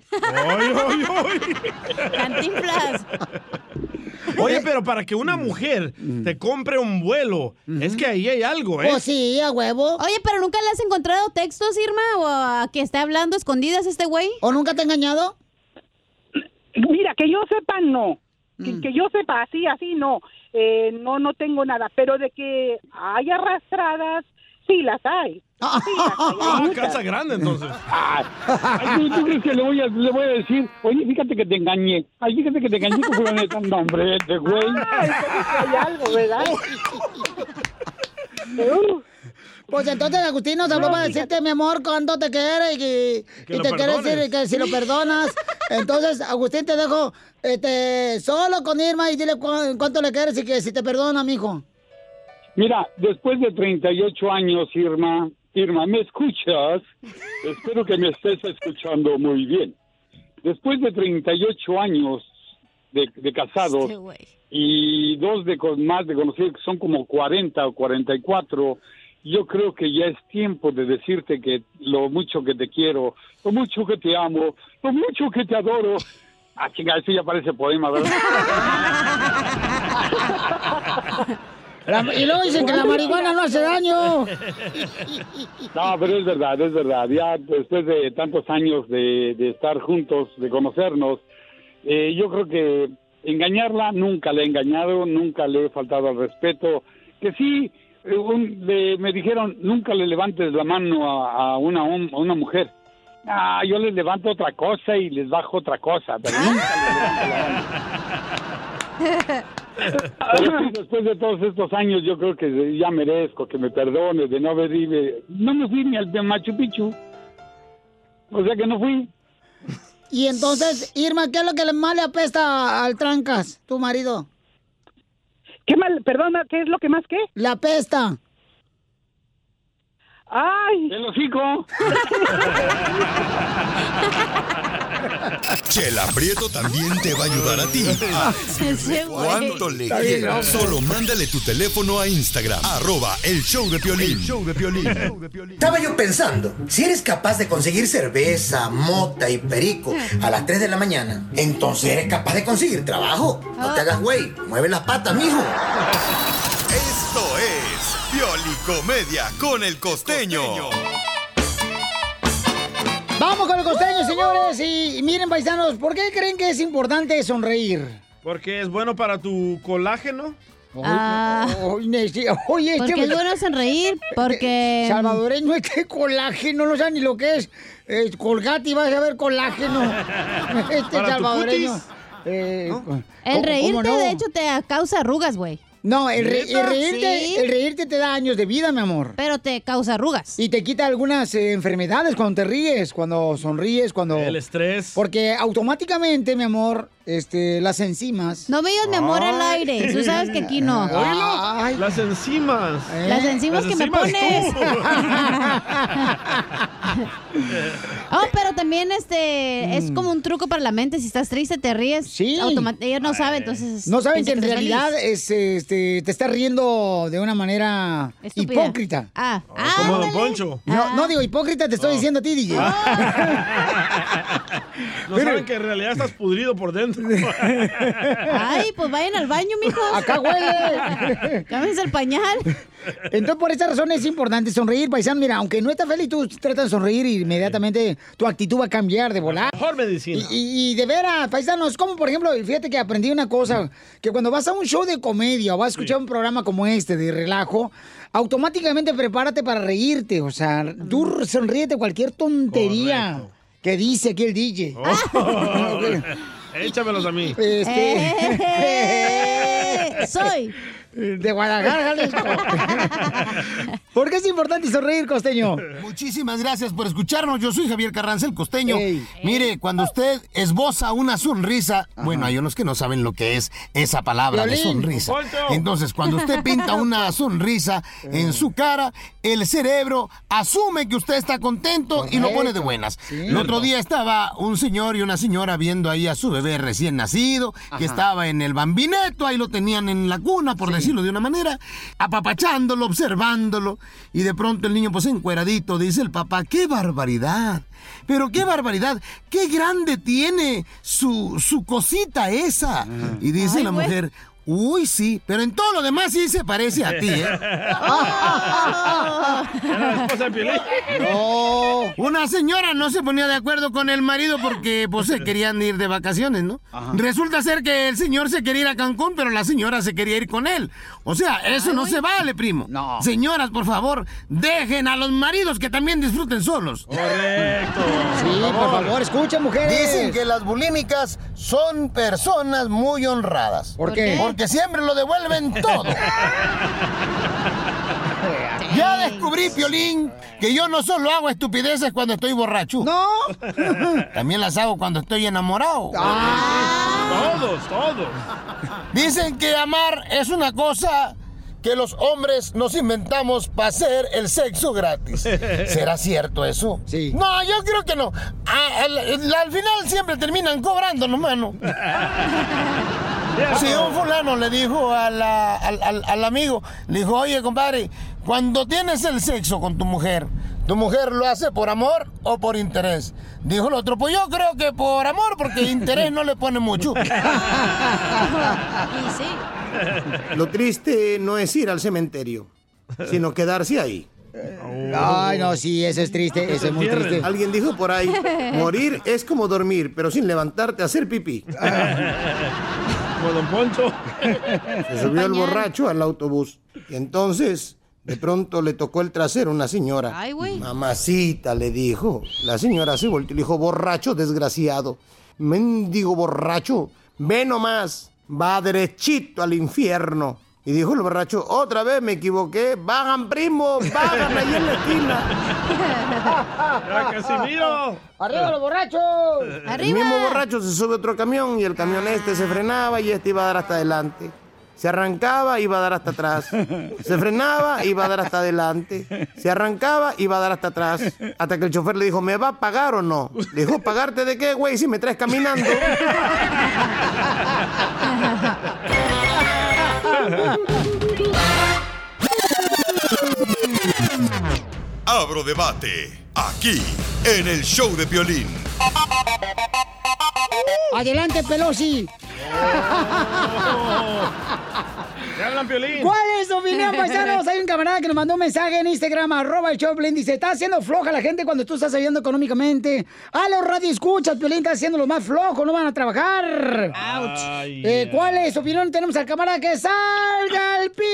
Oye, pero para que Mm. una mujer te compre un vuelo, es que ahí hay algo, Pues. ¿eh? Mm-hmm. Oh, sí, a huevo. Oye, pero nunca le has encontrado textos, Irma, o a que está hablando a escondidas este güey. ¿O nunca te ha engañado? <laughs> Mira, que yo sepa, no. Que, que yo sepa, así, así, no. Eh, no, no tengo nada. Pero de que hay arrastradas, sí las hay. Sí las hay, <laughs> hay Ah, muchas. casa grande, entonces. Ah. Ay, ¿tú, tú crees que le voy, a, le voy a decir, oye, fíjate que te engañé? Ay, fíjate que te engañé con fulanita. No, hombre, este güey. hay algo, ¿verdad? <laughs> Pues entonces Agustín nos habló No, para decirte, mi amor, cuánto te quiere y, que- Que y lo te quiere perdones. decir que si lo <laughs> perdonas. Entonces, Agustín, te dejo este, solo con Irma y dile cu- cuánto le quieres y que si te perdona, mijo. Mira, después de 38 años, Irma, Irma, ¿me escuchas? Espero que me estés escuchando muy bien. Después de 38 años de, de casados y dos de con, más de conocidos que son como 40 o 44, yo creo que ya es tiempo de decirte que lo mucho que te quiero, lo mucho que te amo, lo mucho que te adoro. Ah, chinga, eso ya parece poema, <laughs> ¿verdad? La- y luego dicen que la marihuana no hace daño. No, pero es verdad, es verdad. Ya después de tantos años de, de estar juntos, de conocernos, eh, yo creo que engañarla nunca le he engañado, nunca le he faltado al respeto. Que sí, eh, un- le- me dijeron, nunca le levantes la mano a, a una, hom- a una mujer. Ah, yo les levanto otra cosa y les bajo otra cosa, pero nunca Pero sí, después de todos estos años, yo creo que ya merezco que me perdone de no haber ido. No me fui ni al de Machu Picchu. O sea que no fui. Y entonces, Irma, ¿qué es lo que le- más le apesta al Trancas, tu marido? ¿Qué mal? Perdona, ¿qué es lo que más qué? La apesta. ¡Ay! ¡El hocico! Chela Prieto también te va a ayudar a ti. a decirle ¿Cuánto le Está bien, quieres? hombre. Solo mándale tu teléfono a Instagram, arroba el show de Piolín. <laughs> Estaba yo pensando, si eres capaz de conseguir cerveza, mota y perico a las 3 de la mañana, entonces eres capaz de conseguir trabajo. No te hagas güey, mueve las patas, mijo. Esto es Piolicomedia con el costeño. Vamos con el costeño, señores. Y, y miren, paisanos, ¿por qué creen que es importante sonreír? Porque es bueno para tu colágeno. Ah. Oye, Porque este- es bueno sonreír, porque- mm. Salvadoreño, es que colágeno, no sabe ni lo que es. Eh, colgate y vas a ver <laughs> colágeno. Este Para tu salvadoreño. cutis. Eh, ¿cómo- El cómo reírte, no? de hecho, te causa arrugas, güey. No, el, re- ¿Neta? el reírte, Sí. el reírte te da años de vida, mi amor. Pero te causa arrugas. Y te quita algunas eh, enfermedades cuando te ríes, cuando sonríes, cuando... El estrés. Porque automáticamente, mi amor, este, las enzimas... No me digas, mi amor, al aire. Tú sabes que aquí <laughs> no. Oílo, Las enzimas. Las enzimas que me pones. <laughs> Oh, pero también este es como un truco para la mente. Si estás triste, te ríes. Mm. Sí. automa- Ella no sabe, entonces. No saben que piensa en estás realidad feliz. es, este, te estás riendo de una manera Estúpida. hipócrita. Ah, Como Don Poncho. Ah. No, no digo hipócrita, te estoy diciendo a ti, DJ. Ah, No saben que en realidad estás pudrido por <laughs> dentro. <laughs> Ay, pues vayan al baño, mijo. Acá <laughs> huele. Cámbiense el pañal. Entonces, por esa razón es importante sonreír, paisano. Mira, aunque no estás feliz, tú tratas de sonreír y inmediatamente tu actitud va a cambiar de volar. Mejor medicina. Y, y- y de veras, paisanos, como por ejemplo, fíjate que aprendí una cosa, que cuando vas a un show de comedia o vas a escuchar un programa como este de relajo, automáticamente prepárate para reírte. O sea, tú sonríete cualquier tontería que dice aquí el DJ. Oh, Échamelos a mí. Eh. <laughs> Este- <laughs> soy de Guadalajara, Jalisco. ¿Por qué es importante sonreír, costeño? <laughs> Muchísimas gracias por escucharnos. Yo soy Javier Carranza, el costeño. Mire, cuando usted esboza una sonrisa, bueno, hay unos que no saben lo que es esa palabra de Violín. sonrisa. Poncho. Entonces, cuando usted <laughs> pinta una sonrisa en su cara, el cerebro asume que usted está contento y lo pone de Correcto. buenas. Sí. El otro día estaba un señor y una señora viendo ahí a su bebé recién nacido, Ajá. que estaba en el bambineto, ahí lo tenían en la cuna, por decirlo de una manera, apapachándolo, observándolo, y de pronto el niño, pues encueradito, dice el papá, qué barbaridad, pero qué barbaridad, qué grande tiene su, su cosita esa. Y dice Ay, la güey. mujer, uy, sí, pero en todo lo demás sí se parece a <laughs> ti, ¿eh? No. Una señora no se ponía de acuerdo con el marido porque pues se querían ir de vacaciones, ¿no? Resulta ser que el señor se quería ir a Cancún, pero la señora se quería ir con él. O sea, eso no se vale, primo. No. Señoras, por favor, dejen a los maridos que también disfruten solos. Correcto. Sí, por favor, escucha, mujeres. Dicen que las bulímicas son personas muy honradas. ¿Por qué? Porque siempre lo <laughs> devuelven todo. Ya descubrí, Piolín, que yo no solo hago estupideces cuando estoy borracho. No. <laughs> También las hago cuando estoy enamorado. Ah. Todos, todos. Dicen que amar es una cosa que los hombres nos inventamos para hacer el sexo gratis. ¿Será cierto eso? Sí. No, yo creo que no. A- al, al final siempre terminan cobrándonos, mano. Si un fulano le dijo a la- al, al- al amigo, le dijo, oye, compadre, cuando tienes el sexo con tu mujer, ¿tu mujer lo hace por amor o por interés? Dijo el otro, pues yo creo que por amor, porque interés no le pone <laughs> mucho. Lo triste no es ir al cementerio, sino quedarse ahí. Ay, no, sí, eso es triste, eso es muy triste. Alguien dijo por ahí, morir es como dormir, pero sin levantarte a hacer pipí. Como Don Poncho. Se subió el borracho al autobús. Y entonces, de pronto le tocó el trasero a una señora. Ay, güey. Mamacita, le dijo. La señora se volteó y le dijo, borracho desgraciado. Mendigo borracho, ve nomás, va derechito al infierno. Y dijo el borracho, otra vez me equivoqué, bajan primo, bajan ahí en la esquina. Casimiro! ¡Arriba los borrachos! El mismo borracho se sube a otro camión y el camión este se frenaba y este iba a dar hasta adelante. Se arrancaba, iba a dar hasta atrás. Se frenaba, iba a dar hasta adelante. Se arrancaba, iba a dar hasta atrás. Hasta que el chofer le dijo, ¿me va a pagar o no? Le dijo, ¿pagarte de qué, güey, si me traes caminando? Abro debate aquí en el show de Piolín. Adelante, Pelosi. ¡Te hablan, Piolín! ¿Cuál es tu <laughs> opinión, paisanos? Hay un camarada que nos mandó un mensaje en Instagram, arroba el Choplin. Dice, está haciendo floja la gente cuando tú estás ayudando económicamente. A los radio escuchas, Piolín, está haciendo los más flojos, no van a trabajar. Ay, Eh, ay. ¿Cuál es tu opinión? Tenemos al camarada que salga el Peter.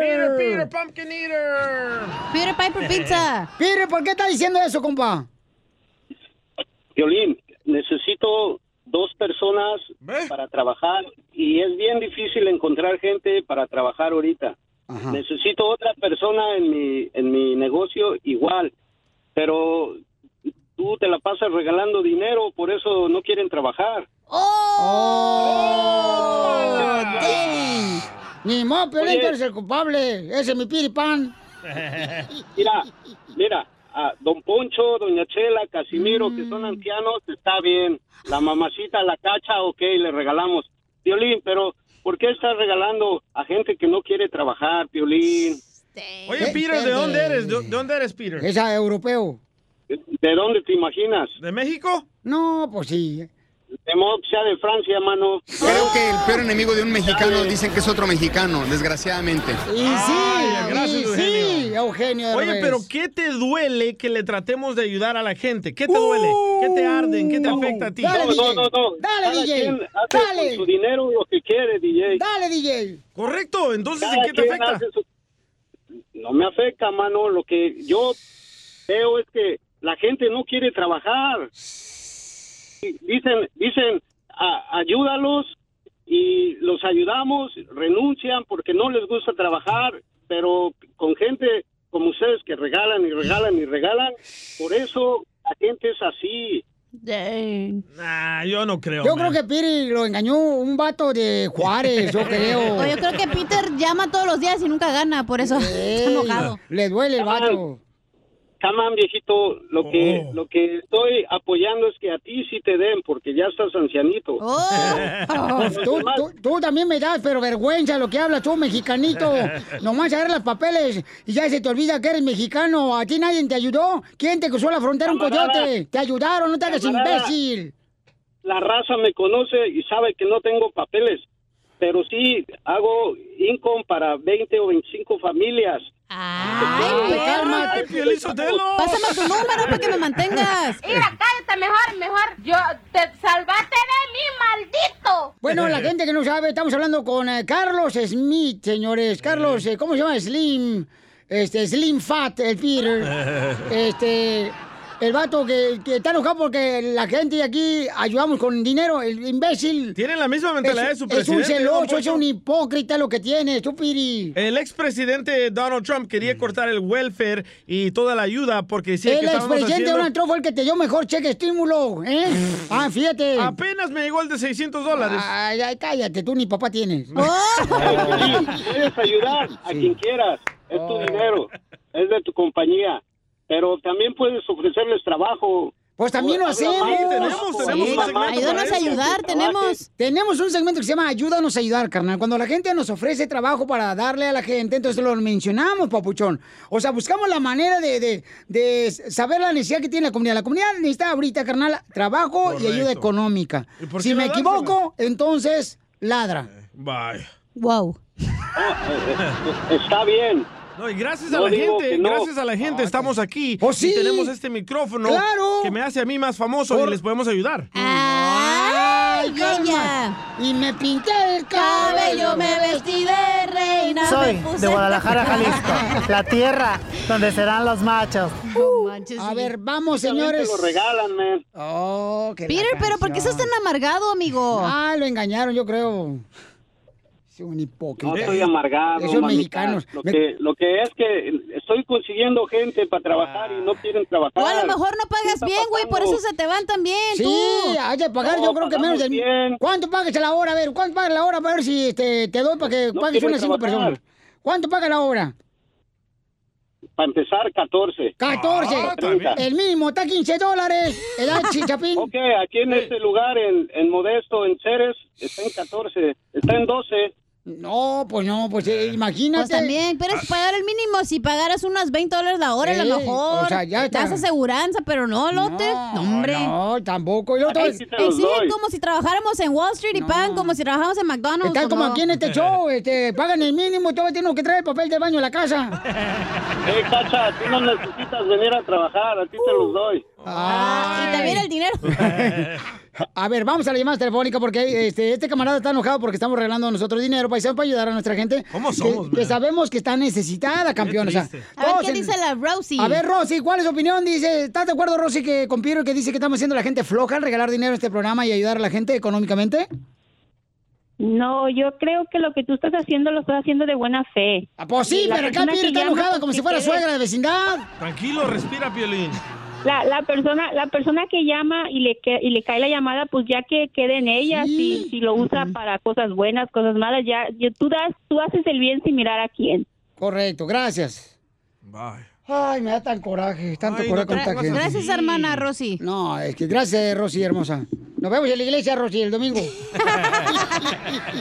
Peter, Peter, Pumpkin Eater. Peter Piper Pizza. <laughs> Peter, ¿por qué está diciendo eso, compa? <laughs> Violín, necesito dos personas para trabajar y es bien difícil encontrar gente para trabajar ahorita. Necesito otra persona en mi, en mi negocio igual, pero tú te la pasas regalando dinero, por eso no quieren trabajar. ¡Oh! dang. Ni modo, Piolín, Oye. tú eres el culpable. Ese es mi piripan. Mira, mira, a don Poncho, doña Chela, Casimiro, que Mm. son ancianos, está bien. La mamacita, la cacha, ok, le regalamos. Piolín, pero ¿por qué estás regalando a gente que no quiere trabajar, Piolín? Oye, Peter, ¿de dónde eres? ¿De, de dónde eres, Peter? Es ah, europeo. ¿De dónde te imaginas? ¿De México? No, pues sí. De modo que sea de Francia, mano. Creo que el peor enemigo de un mexicano dicen que es otro mexicano, desgraciadamente. Y sí, gracias, y Eugenio. sí, Eugenio. Oye, Derbez. pero ¿qué te duele que le tratemos de ayudar a la gente? ¿Qué te duele? ¿Qué Uh, te arden? ¿Qué te afecta a ti? No, no, no, no. Cada quien hace con su dinero lo que quiere, DJ. DJ. Correcto, entonces Cada ¿en qué te quien afecta? hace su- No me afecta, mano. Lo que yo veo es que la gente no quiere trabajar. Y Dicen, dicen, "A- ayúdalos y los ayudamos, renuncian porque no les gusta trabajar, pero con gente como ustedes que regalan y regalan y regalan, por eso la gente es así. Nah, Ah, yo no creo. Yo man. creo que Piri lo engañó un vato de Juárez, yo creo. O yo creo que Peter llama todos los días y nunca gana, por eso está enojado. Le duele el vato. Oh. Come on, viejito, lo que lo que estoy apoyando es que a ti sí te den porque ya estás ancianito. Oh. Pues <laughs> tú, tú- tú también me das, pero vergüenza lo que hablas tú, mexicanito. Nomás agarras los papeles y ya se te olvida que eres mexicano. ¿A ti nadie te ayudó? ¿Quién te cruzó la frontera un Camarada. coyote? ¿Te ayudaron? No te hagas Camarada. imbécil. La raza me conoce y sabe que no tengo papeles, pero sí hago income para 20 o 25 familias. Ay, Ay, cálmate. ay, Piolín Sotelo. Pásame tu número para que me mantengas. Mira, cállate mejor, mejor. Yo te salvaste de mí, maldito. Bueno, <laughs> la gente que no sabe, estamos hablando con eh, Carlos Smith, señores. Carlos, eh, ¿cómo se llama? Slim. Este, Slim Fat, el <laughs> Peter. Este, el vato que, que está enojado porque la gente de aquí ayudamos con dinero. El imbécil. Tiene la misma mentalidad es, de su Es un presidente, don celoso, Poncho. es un hipócrita lo que tiene, tú, Piri. El expresidente Donald Trump quería cortar el welfare y toda la ayuda porque decía que el estábamos expresidente haciendo... Donald Trump fue el que te dio mejor cheque estímulo, <laughs> ¿eh? Ah, fíjate. Apenas me llegó el de 600 dólares. Ay, ay, cállate, tú ni papá tienes. <laughs> Piolín, Puedes ayudar a quien quieras, es Oh. tu dinero, es de tu compañía, pero también puedes ofrecerles trabajo. Pues también lo Habla hacemos. más, trabajo. Sí, ayúdanos a ayudar, tenemos. Tenemos un segmento que se llama Ayúdanos a ayudar, carnal. Cuando la gente nos ofrece trabajo para darle a la gente, entonces lo mencionamos, papuchón. O sea, buscamos la manera de, de- de saber la necesidad que tiene la comunidad. La comunidad necesita ahorita, carnal, trabajo y ayuda económica. por Si qué me no dársela? equivoco, entonces ladra. Bye. Wow. Está bien. No, y gracias No a la digo gente, que no. gracias a la gente estamos aquí Pues sí. y tenemos este micrófono Claro. Ah. que me hace a mí más famoso y les podemos ayudar. ¡Ay, calma! Y me pinté el cabello, me vestí de reina. Soy me puse- de Guadalajara, Jalisco, <laughs> la tierra donde serán los machos. A ver, Obviamente vamos, señores. lo regalan, man. Oh, que la Peter, pero ¿por qué estás canción. tan amargado, amigo? Ah, lo engañaron, yo creo. Es un hipócrita. No estoy amargado. Esos mamita. mexicanos. Lo Me- que, lo que es que estoy consiguiendo gente para trabajar y no Ah. quieren trabajar. O a lo mejor no pagas bien, güey, por eso se te van también. Sí, tú. hay que pagar, yo creo que menos del... ¿Cuánto pagas a la hora? A ver, ¿cuánto pagas la hora? A ver si este, te doy para que No pagues quiero unas cinco trabajar. personas. ¿Cuánto paga la hora? Para empezar, 14. 14. Ah, el mínimo está 15 dólares. El <laughs> H, Chapín. Ok, aquí en este lugar, en, en Modesto, en Ceres, está en 14, está en 12. No, pues no, pues eh, imagínate. Pues también, pero es pagar el mínimo. Si pagaras unas 20 dólares la hora, a Sí, lo mejor. Eh, o sea, ya está. Das aseguranza, pero no, lote. No, hombre. No, tampoco. Yo Ex- Exigen como si trabajáramos en Wall Street y pagan como si trabajáramos en McDonald's. Está ¿o como no? aquí en este show, este, pagan el mínimo, todavía tienen que traer el papel de baño a la casa. Hey, Cacha, tú no necesitas venir a trabajar, a ti te los doy. Ah, y también el dinero. <laughs> a ver, vamos a la llamada telefónica porque este, este camarada está enojado porque estamos regalando nosotros dinero paisano, para ayudar a nuestra gente. ¿Cómo somos, Que, sabemos que está necesitada, campeón. O sea, A ver, todos ¿qué en- dice la Rosie? A ver, Rosy, ¿cuál es su opinión? Dice, ¿estás de acuerdo, Rosy, que con Piero que dice que estamos haciendo a la gente floja al regalar dinero en este programa y ayudar a la gente económicamente? No, yo creo que lo que tú estás haciendo lo estás haciendo de buena fe. Pues sí, La pero acá persona Piero que está llama enojada como si fuera quiere- suegra de vecindad. Tranquilo, respira, Piolín. La, la persona la persona que llama y le que- y le cae la llamada, pues ya que quede en ella, si, si lo usa para cosas buenas, cosas malas, ya ya- tú das tú haces el bien sin mirar a quién. Correcto, gracias. Ay, me da tan coraje, tanto Ay, no coraje te con tanta hagas gente. así. Gracias, hermana Rosy. No, es que gracias, Rosy, hermosa. Nos vemos en la iglesia, Rosy, el domingo.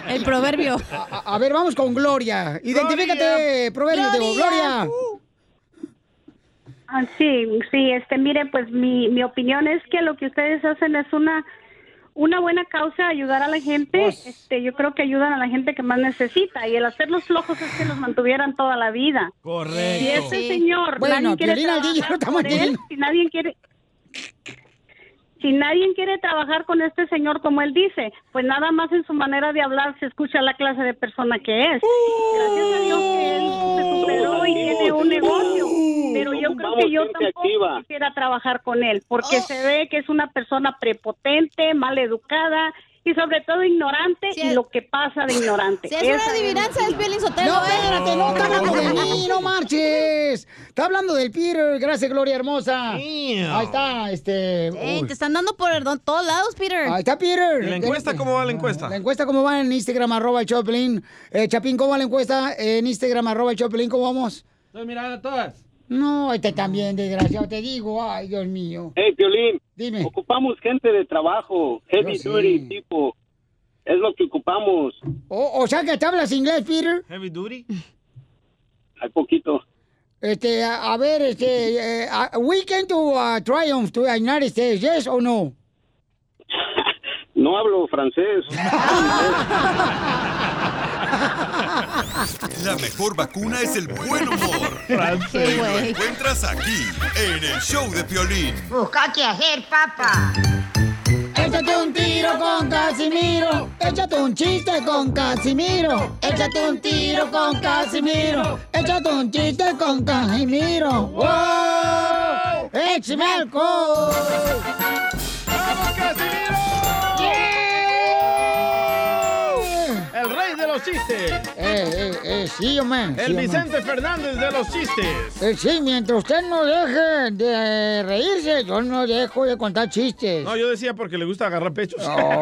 el proverbio. A, a- a ver, vamos con Gloria. Identifícate, Gloria. proverbio, digo, Gloria. Gloria. Ah, Sí, sí, este, mire, pues mi, mi opinión es que lo que ustedes hacen es una una buena causa ayudar a la gente. Pues. Este, yo creo que ayudan a la gente que más necesita y el hacer los flojos es que los mantuvieran toda la vida. Correcto. Y este señor, Bueno, nadie quiere Piolín al trabajar DJ lo está por él, manteniendo. si nadie quiere si nadie quiere trabajar con este señor como él dice, pues nada más en su manera de hablar se escucha la clase de persona que es. Gracias a Dios que él <laughs> se superó y tiene un negocio, pero yo creo que yo gente tampoco activa. quisiera trabajar con él porque Oh. se ve que es una persona prepotente, mal educada y sobre todo ignorante y lo que pasa de ignorante. Si es una Esa adivinanza, mi es Piolín opinión. Sotelo, No, ¿eh? espérate, no está hablando de mí, no marches. Está hablando del Peter, gracias, Gloria hermosa. Ahí está, este. Ey, uy. te están dando por el- todos lados, Peter. Ahí está Peter. ¿Y la encuesta cómo va la encuesta? La encuesta, ¿cómo va en Instagram, arroba el Choplin? Eh, Chapín, ¿cómo va la encuesta en Instagram, arroba el Choplin? ¿Cómo vamos? Estoy mirando a todas. No, este también, desgraciado, te digo, ay, Dios mío. Hey, Piolín, Dime. ocupamos gente de trabajo, heavy duty, tipo. Es lo que ocupamos. O, o sea que te hablas inglés, Peter. Heavy duty. Hay poquito. Este, a, a ver, este, eh, a- we came to uh, Triumph to the United States, yes or no? No hablo francés. La mejor vacuna es el buen humor. Y lo encuentras aquí, en el show de Piolín. Busca qué hacer, papá. Échate un tiro con Casimiro. Échate un chiste con Casimiro. Échate un tiro con Casimiro. Échate un chiste con Casimiro. ¡Wow! ¡Échame alcohol! ¡Vamos, Casimiro! El rey de los chistes. Eh, eh, eh, sí, hombre. sí, El hombre. Vicente Fernández de los chistes. Eh, sí, mientras usted no deje de reírse, yo no dejo de contar chistes. No, yo decía porque le gusta agarrar pechos. ¿Sabes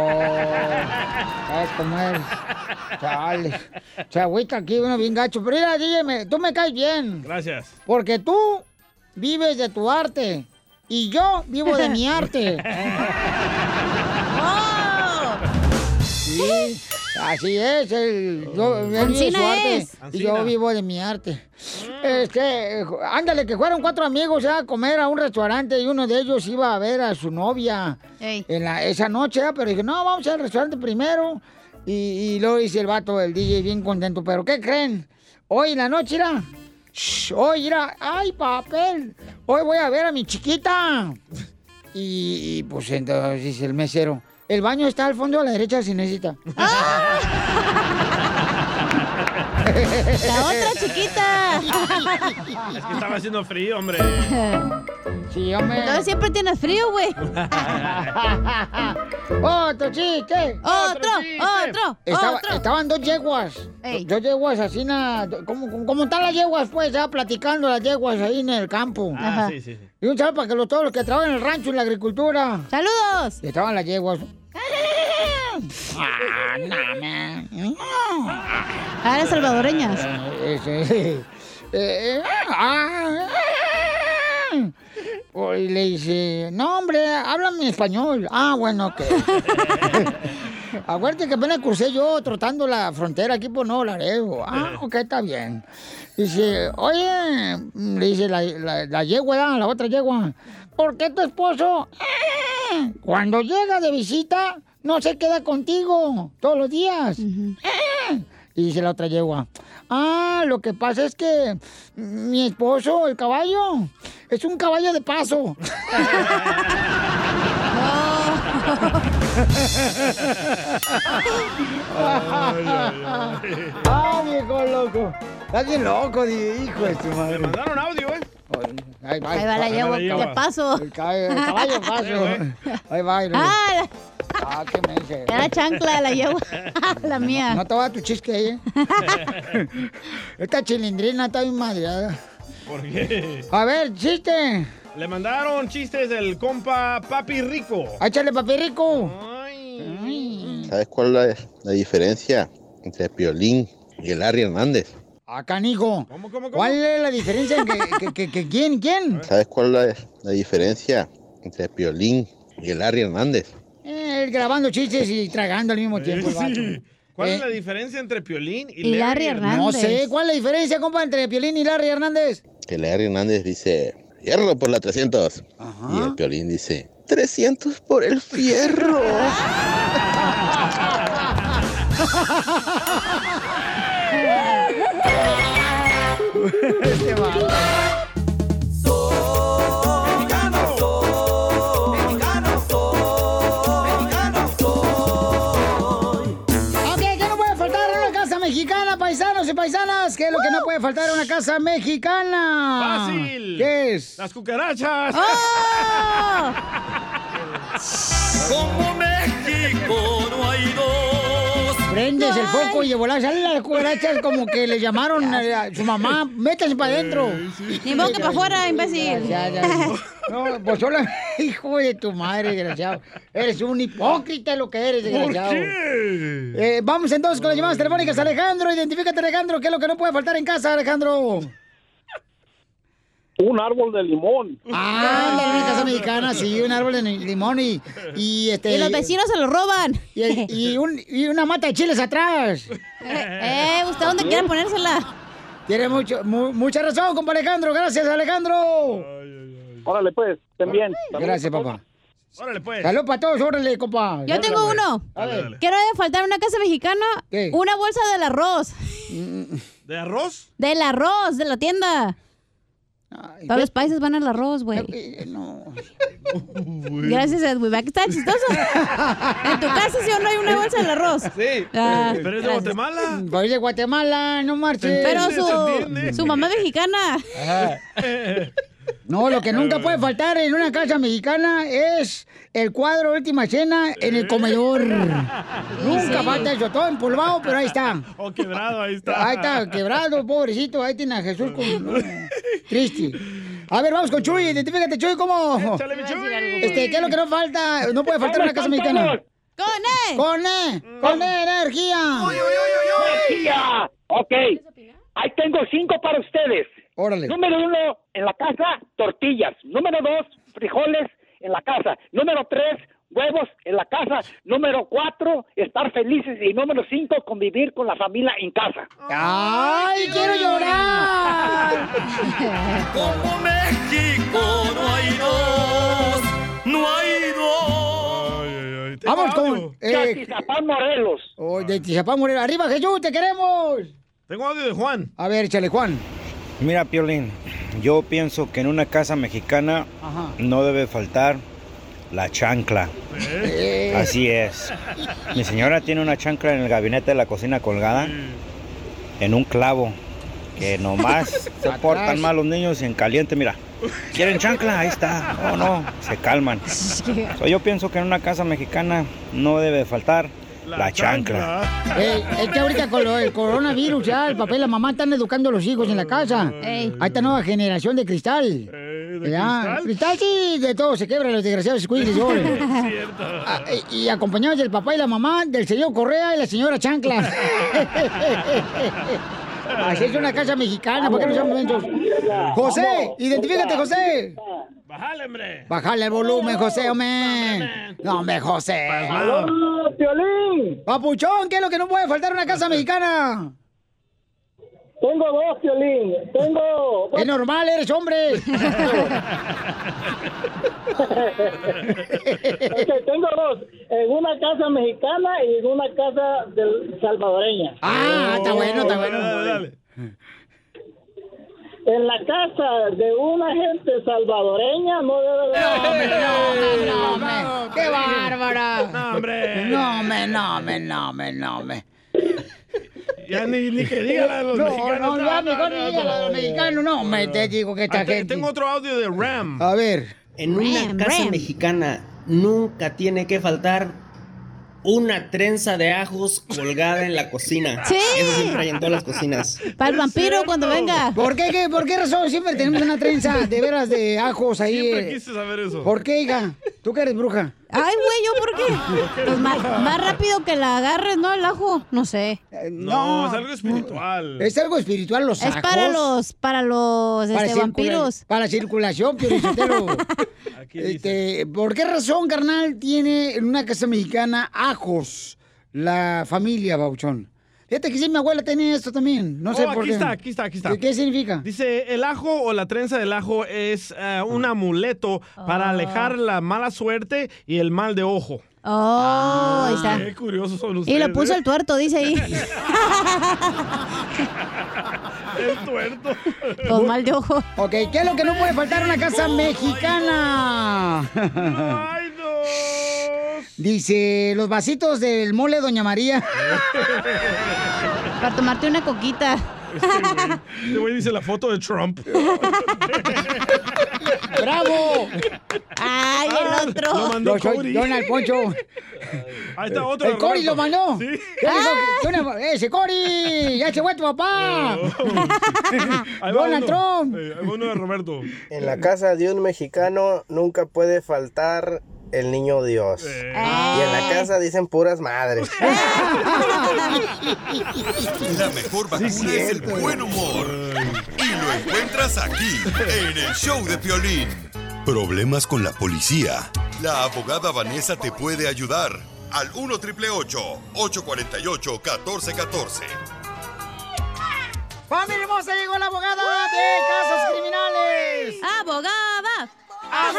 cómo eres? Chale. Se agüita aquí uno bien gacho. Pero mira, dígame, tú me caes bien. <laughs> Gracias. Porque tú vives de tu arte. Y yo vivo de mi arte. <laughs> Oh. Sí, así es. el- yo, Oh. él vive de su Ancina arte. es. Y yo Ancina. Ah. vivo de mi arte. Este, ándale, que fueron cuatro amigos ya a comer a un restaurante y uno de ellos iba a ver a su novia en la, esa noche, ¿ah? pero dije, no, vamos al restaurante primero. Y, y luego dice el vato, el DJ, bien contento, pero ¿qué creen? Hoy en la noche, mira, shh, hoy, mira, ay, papel, hoy voy a ver a mi chiquita. Y, y, pues entonces dice el mesero, el ¡Ah! baño está al fondo a la derecha si necesita. La otra chiquita. <laughs> Es que estaba haciendo frío, hombre. Sí, hombre. Entonces siempre tienes <laughs> frío, güey. Otro chiste. Otro, otro, Estaba- otro. Estaban dos yeguas. Ey. Dos yeguas así, na- ¿cómo, cómo, cómo están las yeguas? Pues ya platicando las yeguas ahí en el campo. Ah, sí, sí, sí. Y un saludo para que los, todos los que trabajan en el rancho y la agricultura. ¡Saludos! estaban las yeguas. Ah, no, man. No. Ah, eran salvadoreñas. Eh, eh, eh, ah, ah. Oh, Y le dice, no, hombre, háblame español. Ah, bueno, ok. Acuérdate que apenas crucé yo trotando la frontera aquí por Nuevo Laredo. Ah, ok, está bien. Dice, oye, le dice la, la, la yegua, la otra yegua, ¿por qué tu esposo eh, cuando llega de visita no se queda contigo todos los días? Eh, y dice la otra yegua, ah, lo que pasa es que mi esposo, el caballo, es un caballo de <laughs> paso. ¡Ah, viejo loco! Estás bien loco, di- hijo de tu madre. <laughs> Mandaron audio, ¿eh? Ahí va, Ahí va la Ahí yegua, yegua. ¿qué paso? El ca- el caballo, de <laughs> paso. Ahí va. ahí va. Ah, Ah, qué me dice. Era chancla <laughs> la yegua. <laughs> La mía. No te va tu chisque ahí, <laughs> ¿eh? <laughs> Esta chilindrina está bien madreada. ¿Por qué? A ver, chiste. Le mandaron chistes del compa Papi Rico. Échale, papi rico. Ah. ¿Sabes cuál es la, la diferencia entre Piolín y el Larry Hernández? A Ah, canijo. ¿Cuál es la diferencia? ¿Que, <laughs> que, que, que quién? ¿Quién? ¿Sabes cuál es la, la diferencia entre Piolín y el Larry Hernández? Eh, Él grabando chistes y tragando al mismo tiempo. el vato. Sí. ¿Cuál es Eh, la diferencia entre Piolín y, y Larry Hernández. No sé, ¿cuál es la diferencia, compa, entre Piolín y Larry Hernández? Que Larry Hernández dice, hierro por la 300. Y el Piolín dice, 300 por el fierro. Ok, ¿qué no puede faltar en una casa mexicana, paisanos y paisanas? ¿Qué es lo que no puede faltar en una casa mexicana? Fácil. ¿Qué es? ¡Ah! Las ¡Oh! cucarachas. Como México no hay dos. Prendes el foco y de volar salen las cucarachas como que le llamaron eh, a a su mamá, métanse para adentro. Ni boca para afuera, imbécil. Ya, ya, ya. No, pues solo, <laughs> hijo de tu madre, desgraciado. Eres un hipócrita lo que eres, desgraciado. Eh, vamos entonces con las llamadas telefónicas. Alejandro, identifícate, Alejandro. ¿Qué es lo que no puede faltar en casa, Alejandro? Un árbol de limón. Ah, en la casa mexicana, sí, un árbol de ni- limón y, y este. Y los vecinos se lo roban. Y, y un- y una mata de chiles atrás. Eh, ¿usted dónde quiere ponérsela? Tiene mucho, mu- mucha razón, compa Alejandro. Gracias, Alejandro. Órale, pues, también. Gracias, papá. Órale, pues. Salud para todos, órale, compa. Yo tengo pues. uno. Quiero faltar una casa mexicana. Una bolsa del arroz. Mm, ¿De arroz? Del arroz, de la tienda. Todos los países van al arroz, güey. eh, Gracias, Edwin. ¿Verdad que está chistoso? <laughs> en tu casa sí o no hay una bolsa del arroz. Sí. Ah, Pero es de gracias. Guatemala. Voy de Guatemala, no marches. Pero su, su mamá es mexicana. No, lo que nunca puede faltar en una casa mexicana es el cuadro Última Cena en el comedor. Nunca <laughs> sí. falta eso, todo empolvado, pero ahí está. O quebrado, Oh, ahí está. Ahí está, quebrado, pobrecito. Ahí tiene a Jesús con... no, triste. A ver, vamos con Chuy, identifícate, Chuy, ¿cómo? Este, ¿qué es lo que no falta? No puede faltar en una casa mexicana. ¡Con E! ¡Con E! ¡Con E, energía! ¡Uy, uy, uy, Energía. Ok. Ahí tengo cinco para ustedes. Órale. Número uno, en la casa, tortillas. Número dos, frijoles en la casa. Número tres, huevos en la casa. Número cuatro, estar felices. Y número cinco, convivir con la familia en casa. ¡Ay, quiero llorar! Como México no hay dos. No hay dos. Vamos con... Eh, Morelos. Oh, de Tizapán Morelos. ¡Arriba, Jesús, te queremos! Tengo audio de Juan. A ver, échale, Juan. Mira, Piolín, yo pienso que en una casa mexicana Ajá. no debe faltar la chancla. Eh. Mm. Así es. Mi señora tiene una chancla en el gabinete de la cocina colgada en un clavo. Que <laughs> nomás se portan mal los niños en caliente, mira. ¿Quieren chancla? Ahí está. No, no, se <laughs> calman. So, yo pienso que en una casa mexicana no debe faltar la, chancla. Eh, es que ahorita con lo- el coronavirus ya el papá y la mamá están educando a los hijos en la casa. A esta nueva generación de cristal. Ya, cristal? cristal sí, de todo se quebra los desgraciados squiggles, <laughs> órale. Ah, y- y acompañados del papá y la mamá, del señor Correa y la señora <laughs> Chancla. Así es una casa mexicana, Ah, ¿por qué no son momentos? José, identifícate, José. Bájale, hombre. Bájale el volumen, José, hombre. No, hombre, José. Palmado. Piolín! Papuchón, ¿qué es lo que no puede faltar en una casa mexicana? Tengo dos, Piolín. Tengo... Es normal, eres <laughs> hombre. Ok, tengo dos, en una casa mexicana y en una casa del- salvadoreña. Ah, está bueno, está bueno. En la casa de una gente salvadoreña no debe de... No, no, hombre. ¡Qué bárbara! No, hombre. No, me, no, me, no, me, no, me. Ya ni, ni que diga la de los no, No, mexicanos. ya mejor ni diga la de los mexicanos. No, me te digo que esta Ah, te- gente... Tengo otro audio de Ram. A ver. Mm. En una Ram, casa Ram. mexicana nunca tiene que faltar una trenza de ajos colgada en la cocina. Sí. Eso siempre hay en todas las cocinas. Para el vampiro cuando venga. ¿Por qué, qué- ¿Por qué razón siempre tenemos una trenza de veras de ajos ahí? Siempre eh? quise saber eso. ¿Por qué, hija? ¿Tú que eres bruja? Ay, güey, ¿yo <laughs> por qué? Pues más, más rápido que la agarres, ¿no? El ajo, no sé. Eh, no, es algo espiritual. Es algo espiritual los Es para ajos. los, para los Para este, circula- vampiros. Para circulación, Pio <laughs> Lizotelo. Este, ¿Por qué razón, carnal, tiene en una casa mexicana ajos la familia Bauchón? Fíjate que sí, mi abuela tenía esto también. No sé Oh, por aquí qué. está, aquí está, aquí está. ¿Qué- ¿Qué significa? Dice, el ajo o la trenza del ajo es eh, un amuleto para alejar la mala suerte y el mal de ojo. Oh, Ah, ahí está. Qué curiosos son Y ustedes. lo puso ¿eh? el tuerto, <laughs> dice ahí. <laughs> <laughs> El tuerto. Pues mal de ojo. Ok, ¿qué es lo que no puede faltar en una casa mexicana? Dice, los vasitos del mole Doña María. Para tomarte una coquita. Este güey dice la foto de Trump. <laughs> ¡Bravo! ¡Ay, el otro! Ah, lo mandó Yo soy Cody. Donald Poncho. <laughs> Ahí está otro. El Cori lo mandó. Sí. Yo digo que- yo no- ¡Ese Cori! ¡Ya se fue tu papá! Ahí va Donald uno. Trump. Eh, ahí va uno de Roberto. En la casa de un mexicano nunca puede faltar el niño Dios. Y en Ah. la casa dicen puras madres. La mejor vacuna es el buen humor. Y lo encuentras aquí, en el show de Piolín. <laughs> Problemas con la policía. La abogada Vanessa te puede ayudar. Al 1 triple 848 1414. ¡Familia hermosa! Llegó la abogada de casos criminales. ¡Abogada!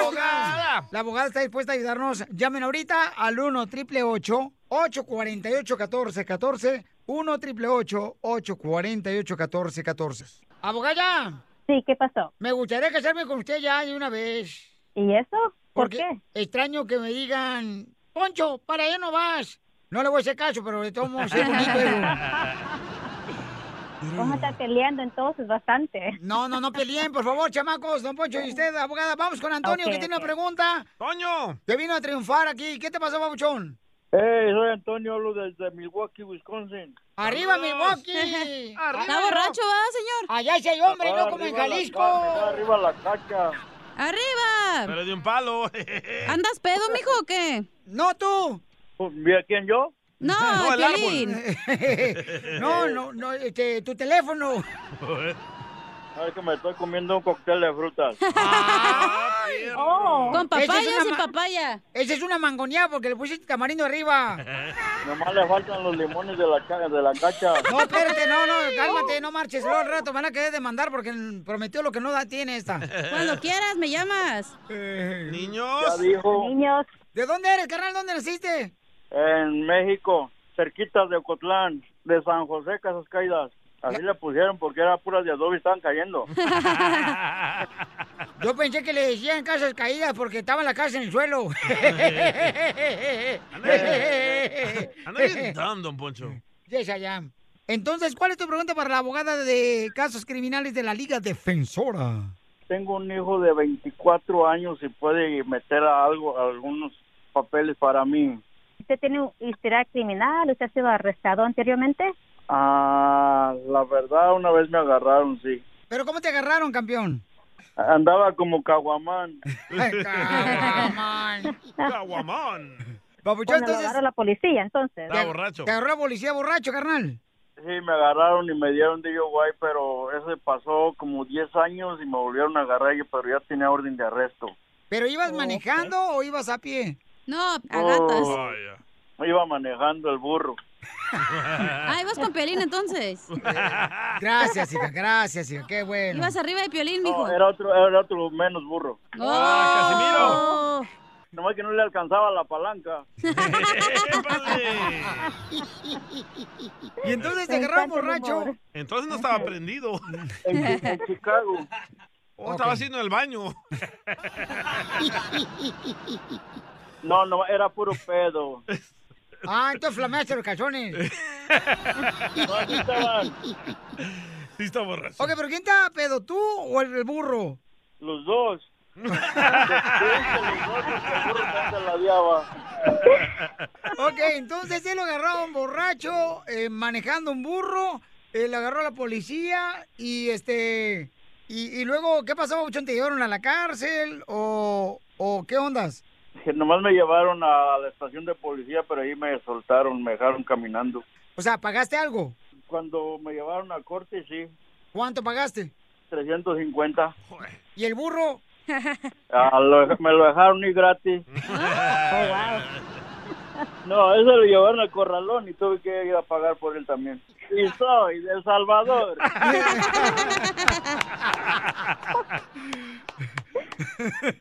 ¡Abogada! La abogada está dispuesta a ayudarnos. Llamen ahorita al 1 888 848 1414 1 888 848 1414 Abogada, Sí, ¿qué pasó? me gustaría casarme con usted ya de una vez. ¿Y eso? ¿Por Porque Extraño que me digan, Poncho, para allá no vas. No le voy a hacer caso, pero le tomo sí, bonito, <laughs> pero- Vamos a estar peleando entonces bastante. Mm. No, no, no peleen, por favor, chamacos. Don Poncho y usted, abogada, vamos con Antonio, Ok, que tiene ok. una pregunta. ¡Toño! Te vino a triunfar aquí. ¿Qué te pasó, babuchón? Hey, soy Antonio, hablo desde Milwaukee, Wisconsin. ¡Arriba, Milwaukee! Arriba, Está borracho, ¿va, señor? Allá sí hay hombre, no como en Arriba la Jalisco. caca, arriba la caca. <laughs> ¡Arriba! de un palo. ¿Andas pedo, mijo, o qué? No, tú. ¿Quién yo? No, <laughs> No, el Piolín. <laughs> No, no, no, este, tu teléfono. Ay, que me estoy comiendo un cóctel de <laughs> frutas. Oh. Con Esa es papaya una sin ma- papaya. Esa es una mangoneada porque le pusiste tamarindo arriba. Nomás le faltan los limones de la, ca- de la cacha. No, espérate, no, no, cálmate, Oh. no marches. Luego al rato van a querer demandar porque prometió lo que no da, tiene esta. Cuando quieras, me llamas. Niños. Niños. ¿De dónde eres, carnal? ¿Dónde naciste? En México, cerquita de Ocotlán, de San José, Casas Caídas. Así le pusieron porque era puras de adobe y estaban <laughs> cayendo. Yo pensé que le decían casas caídas porque estaba la casa en el <laughs> suelo. Anda bien dumb, don Poncho. Yes, I am. Entonces, ¿cuál es tu pregunta para la abogada de casos criminales de la Liga <laughs> Defensora? Tengo un hijo de 24 años y puede meter a algo, a algunos papeles para mí. ¿Usted tiene un historial criminal? ¿Usted ha sido arrestado anteriormente? Ah, la verdad, una vez me agarraron, sí. ¿Pero cómo te agarraron, campeón? Andaba como caguamán. <laughs> Caguamán. Caguamán. Papuchón, Bueno, lo entonces- agarró la policía, entonces. Está borracho. Te agarró la policía borracho, carnal. Sí, me agarraron y me dieron DUI, pero eso pasó como 10 años y me volvieron a agarrar, yo- pero ya tenía orden de arresto. ¿Pero ibas manejando o ibas a pie? No, a Oh, Iba manejando <laughs> el burro. Ah, ibas con Piolín entonces. Gracias, hija, gracias, hija, qué bueno. Ibas arriba de Piolín, mijo. No, era otro, era otro menos burro. ¡Ah, Casimiro! Nomás que no le alcanzaba la palanca. Y entonces te agarraron borracho. Entonces no estaba prendido. En Chicago. O estaba haciendo el baño. No, no, era puro pedo. Ah, entonces flameaste los <laughs> calzones. Sí, está borracho. Ok, pero ¿quién está pedo, tú o el, el burro? Los dos. Ok, entonces él lo agarraron borracho, eh, manejando un burro, eh, lo agarró la policía y este... Y, y luego, ¿qué pasó, Buchón? ¿Te llevaron a la cárcel o, o qué ondas? Que nomás me llevaron a la estación de policía, pero ahí me soltaron, me dejaron caminando. O sea, ¿pagaste algo? Cuando me llevaron a corte, sí. ¿Cuánto pagaste? 350. ¿Y el burro? Ah, lo- me lo dejaron ir gratis. Ah. Oh, No, eso lo llevaron al corralón y tuve que ir a pagar por él también. Y soy de El Salvador.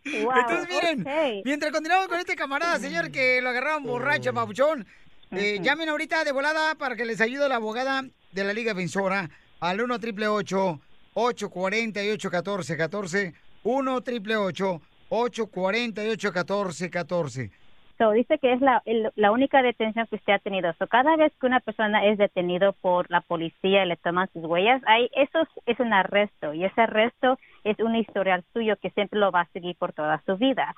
Entonces, miren, mientras continuamos con este camarada, señor, que lo agarraron borracho, papuchón, eh, llamen ahorita de volada para que les ayude la abogada de la Liga Defensora al 1 triple 848 1414 1 triple 848 1414 So, dice que es la, el- la única detención que usted ha tenido. So, cada vez que una persona es detenido por la policía y le toman sus huellas, ahí, eso es, es un arresto y ese arresto es un historial suyo que siempre lo va a seguir por toda su vida.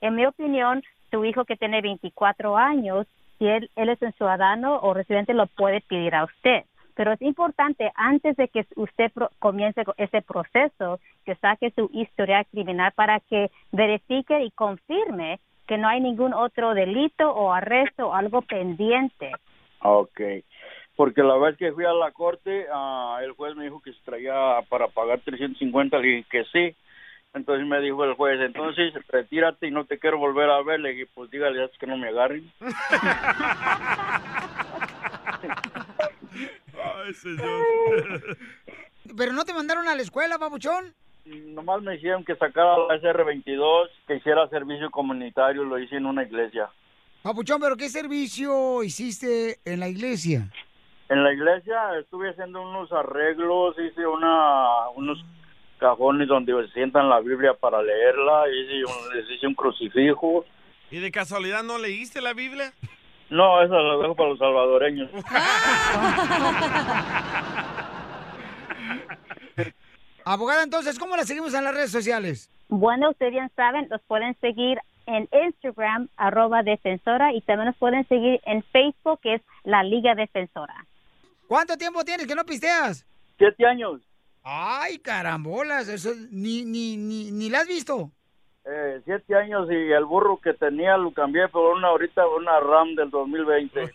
En mi opinión, tu hijo que tiene 24 años, si él, él es un ciudadano o residente, lo puede pedir a usted. Pero es importante, antes de que usted pro- comience con ese proceso, que saque su historial criminal para que verifique y confirme que no hay ningún otro delito o arresto o algo pendiente. <laughs> ok. Porque la vez que fui a la corte, ah, el juez me dijo que se traía para pagar 350, le dije que sí. Entonces me dijo el juez, entonces retírate y no te quiero volver a ver. Le dije, pues dígale es que no me agarren. <laughs> ¿Pero no te mandaron a la escuela, papuchón? Nomás me dijeron que sacara la SR22, que hiciera servicio comunitario, lo hice en una iglesia. Papuchón, ¿pero qué servicio hiciste en la iglesia? En la iglesia estuve haciendo unos arreglos, hice una, unos cajones donde se sientan la Biblia para leerla, hice un- les hice un crucifijo. ¿Y de casualidad no leíste la Biblia? No, eso lo dejo para los salvadoreños. Abogada, entonces, ¿cómo la seguimos en las redes sociales? Bueno, ustedes bien saben, los pueden seguir en Instagram, arroba defensora, y también nos pueden seguir en Facebook, que es la Liga Defensora. ¿Cuánto tiempo tienes que no pisteas? Siete años. Ay, carambolas, eso ni, ni, ni, ni la has visto. Eh, siete años y el burro que tenía lo cambié por una ahorita, una RAM del 2020.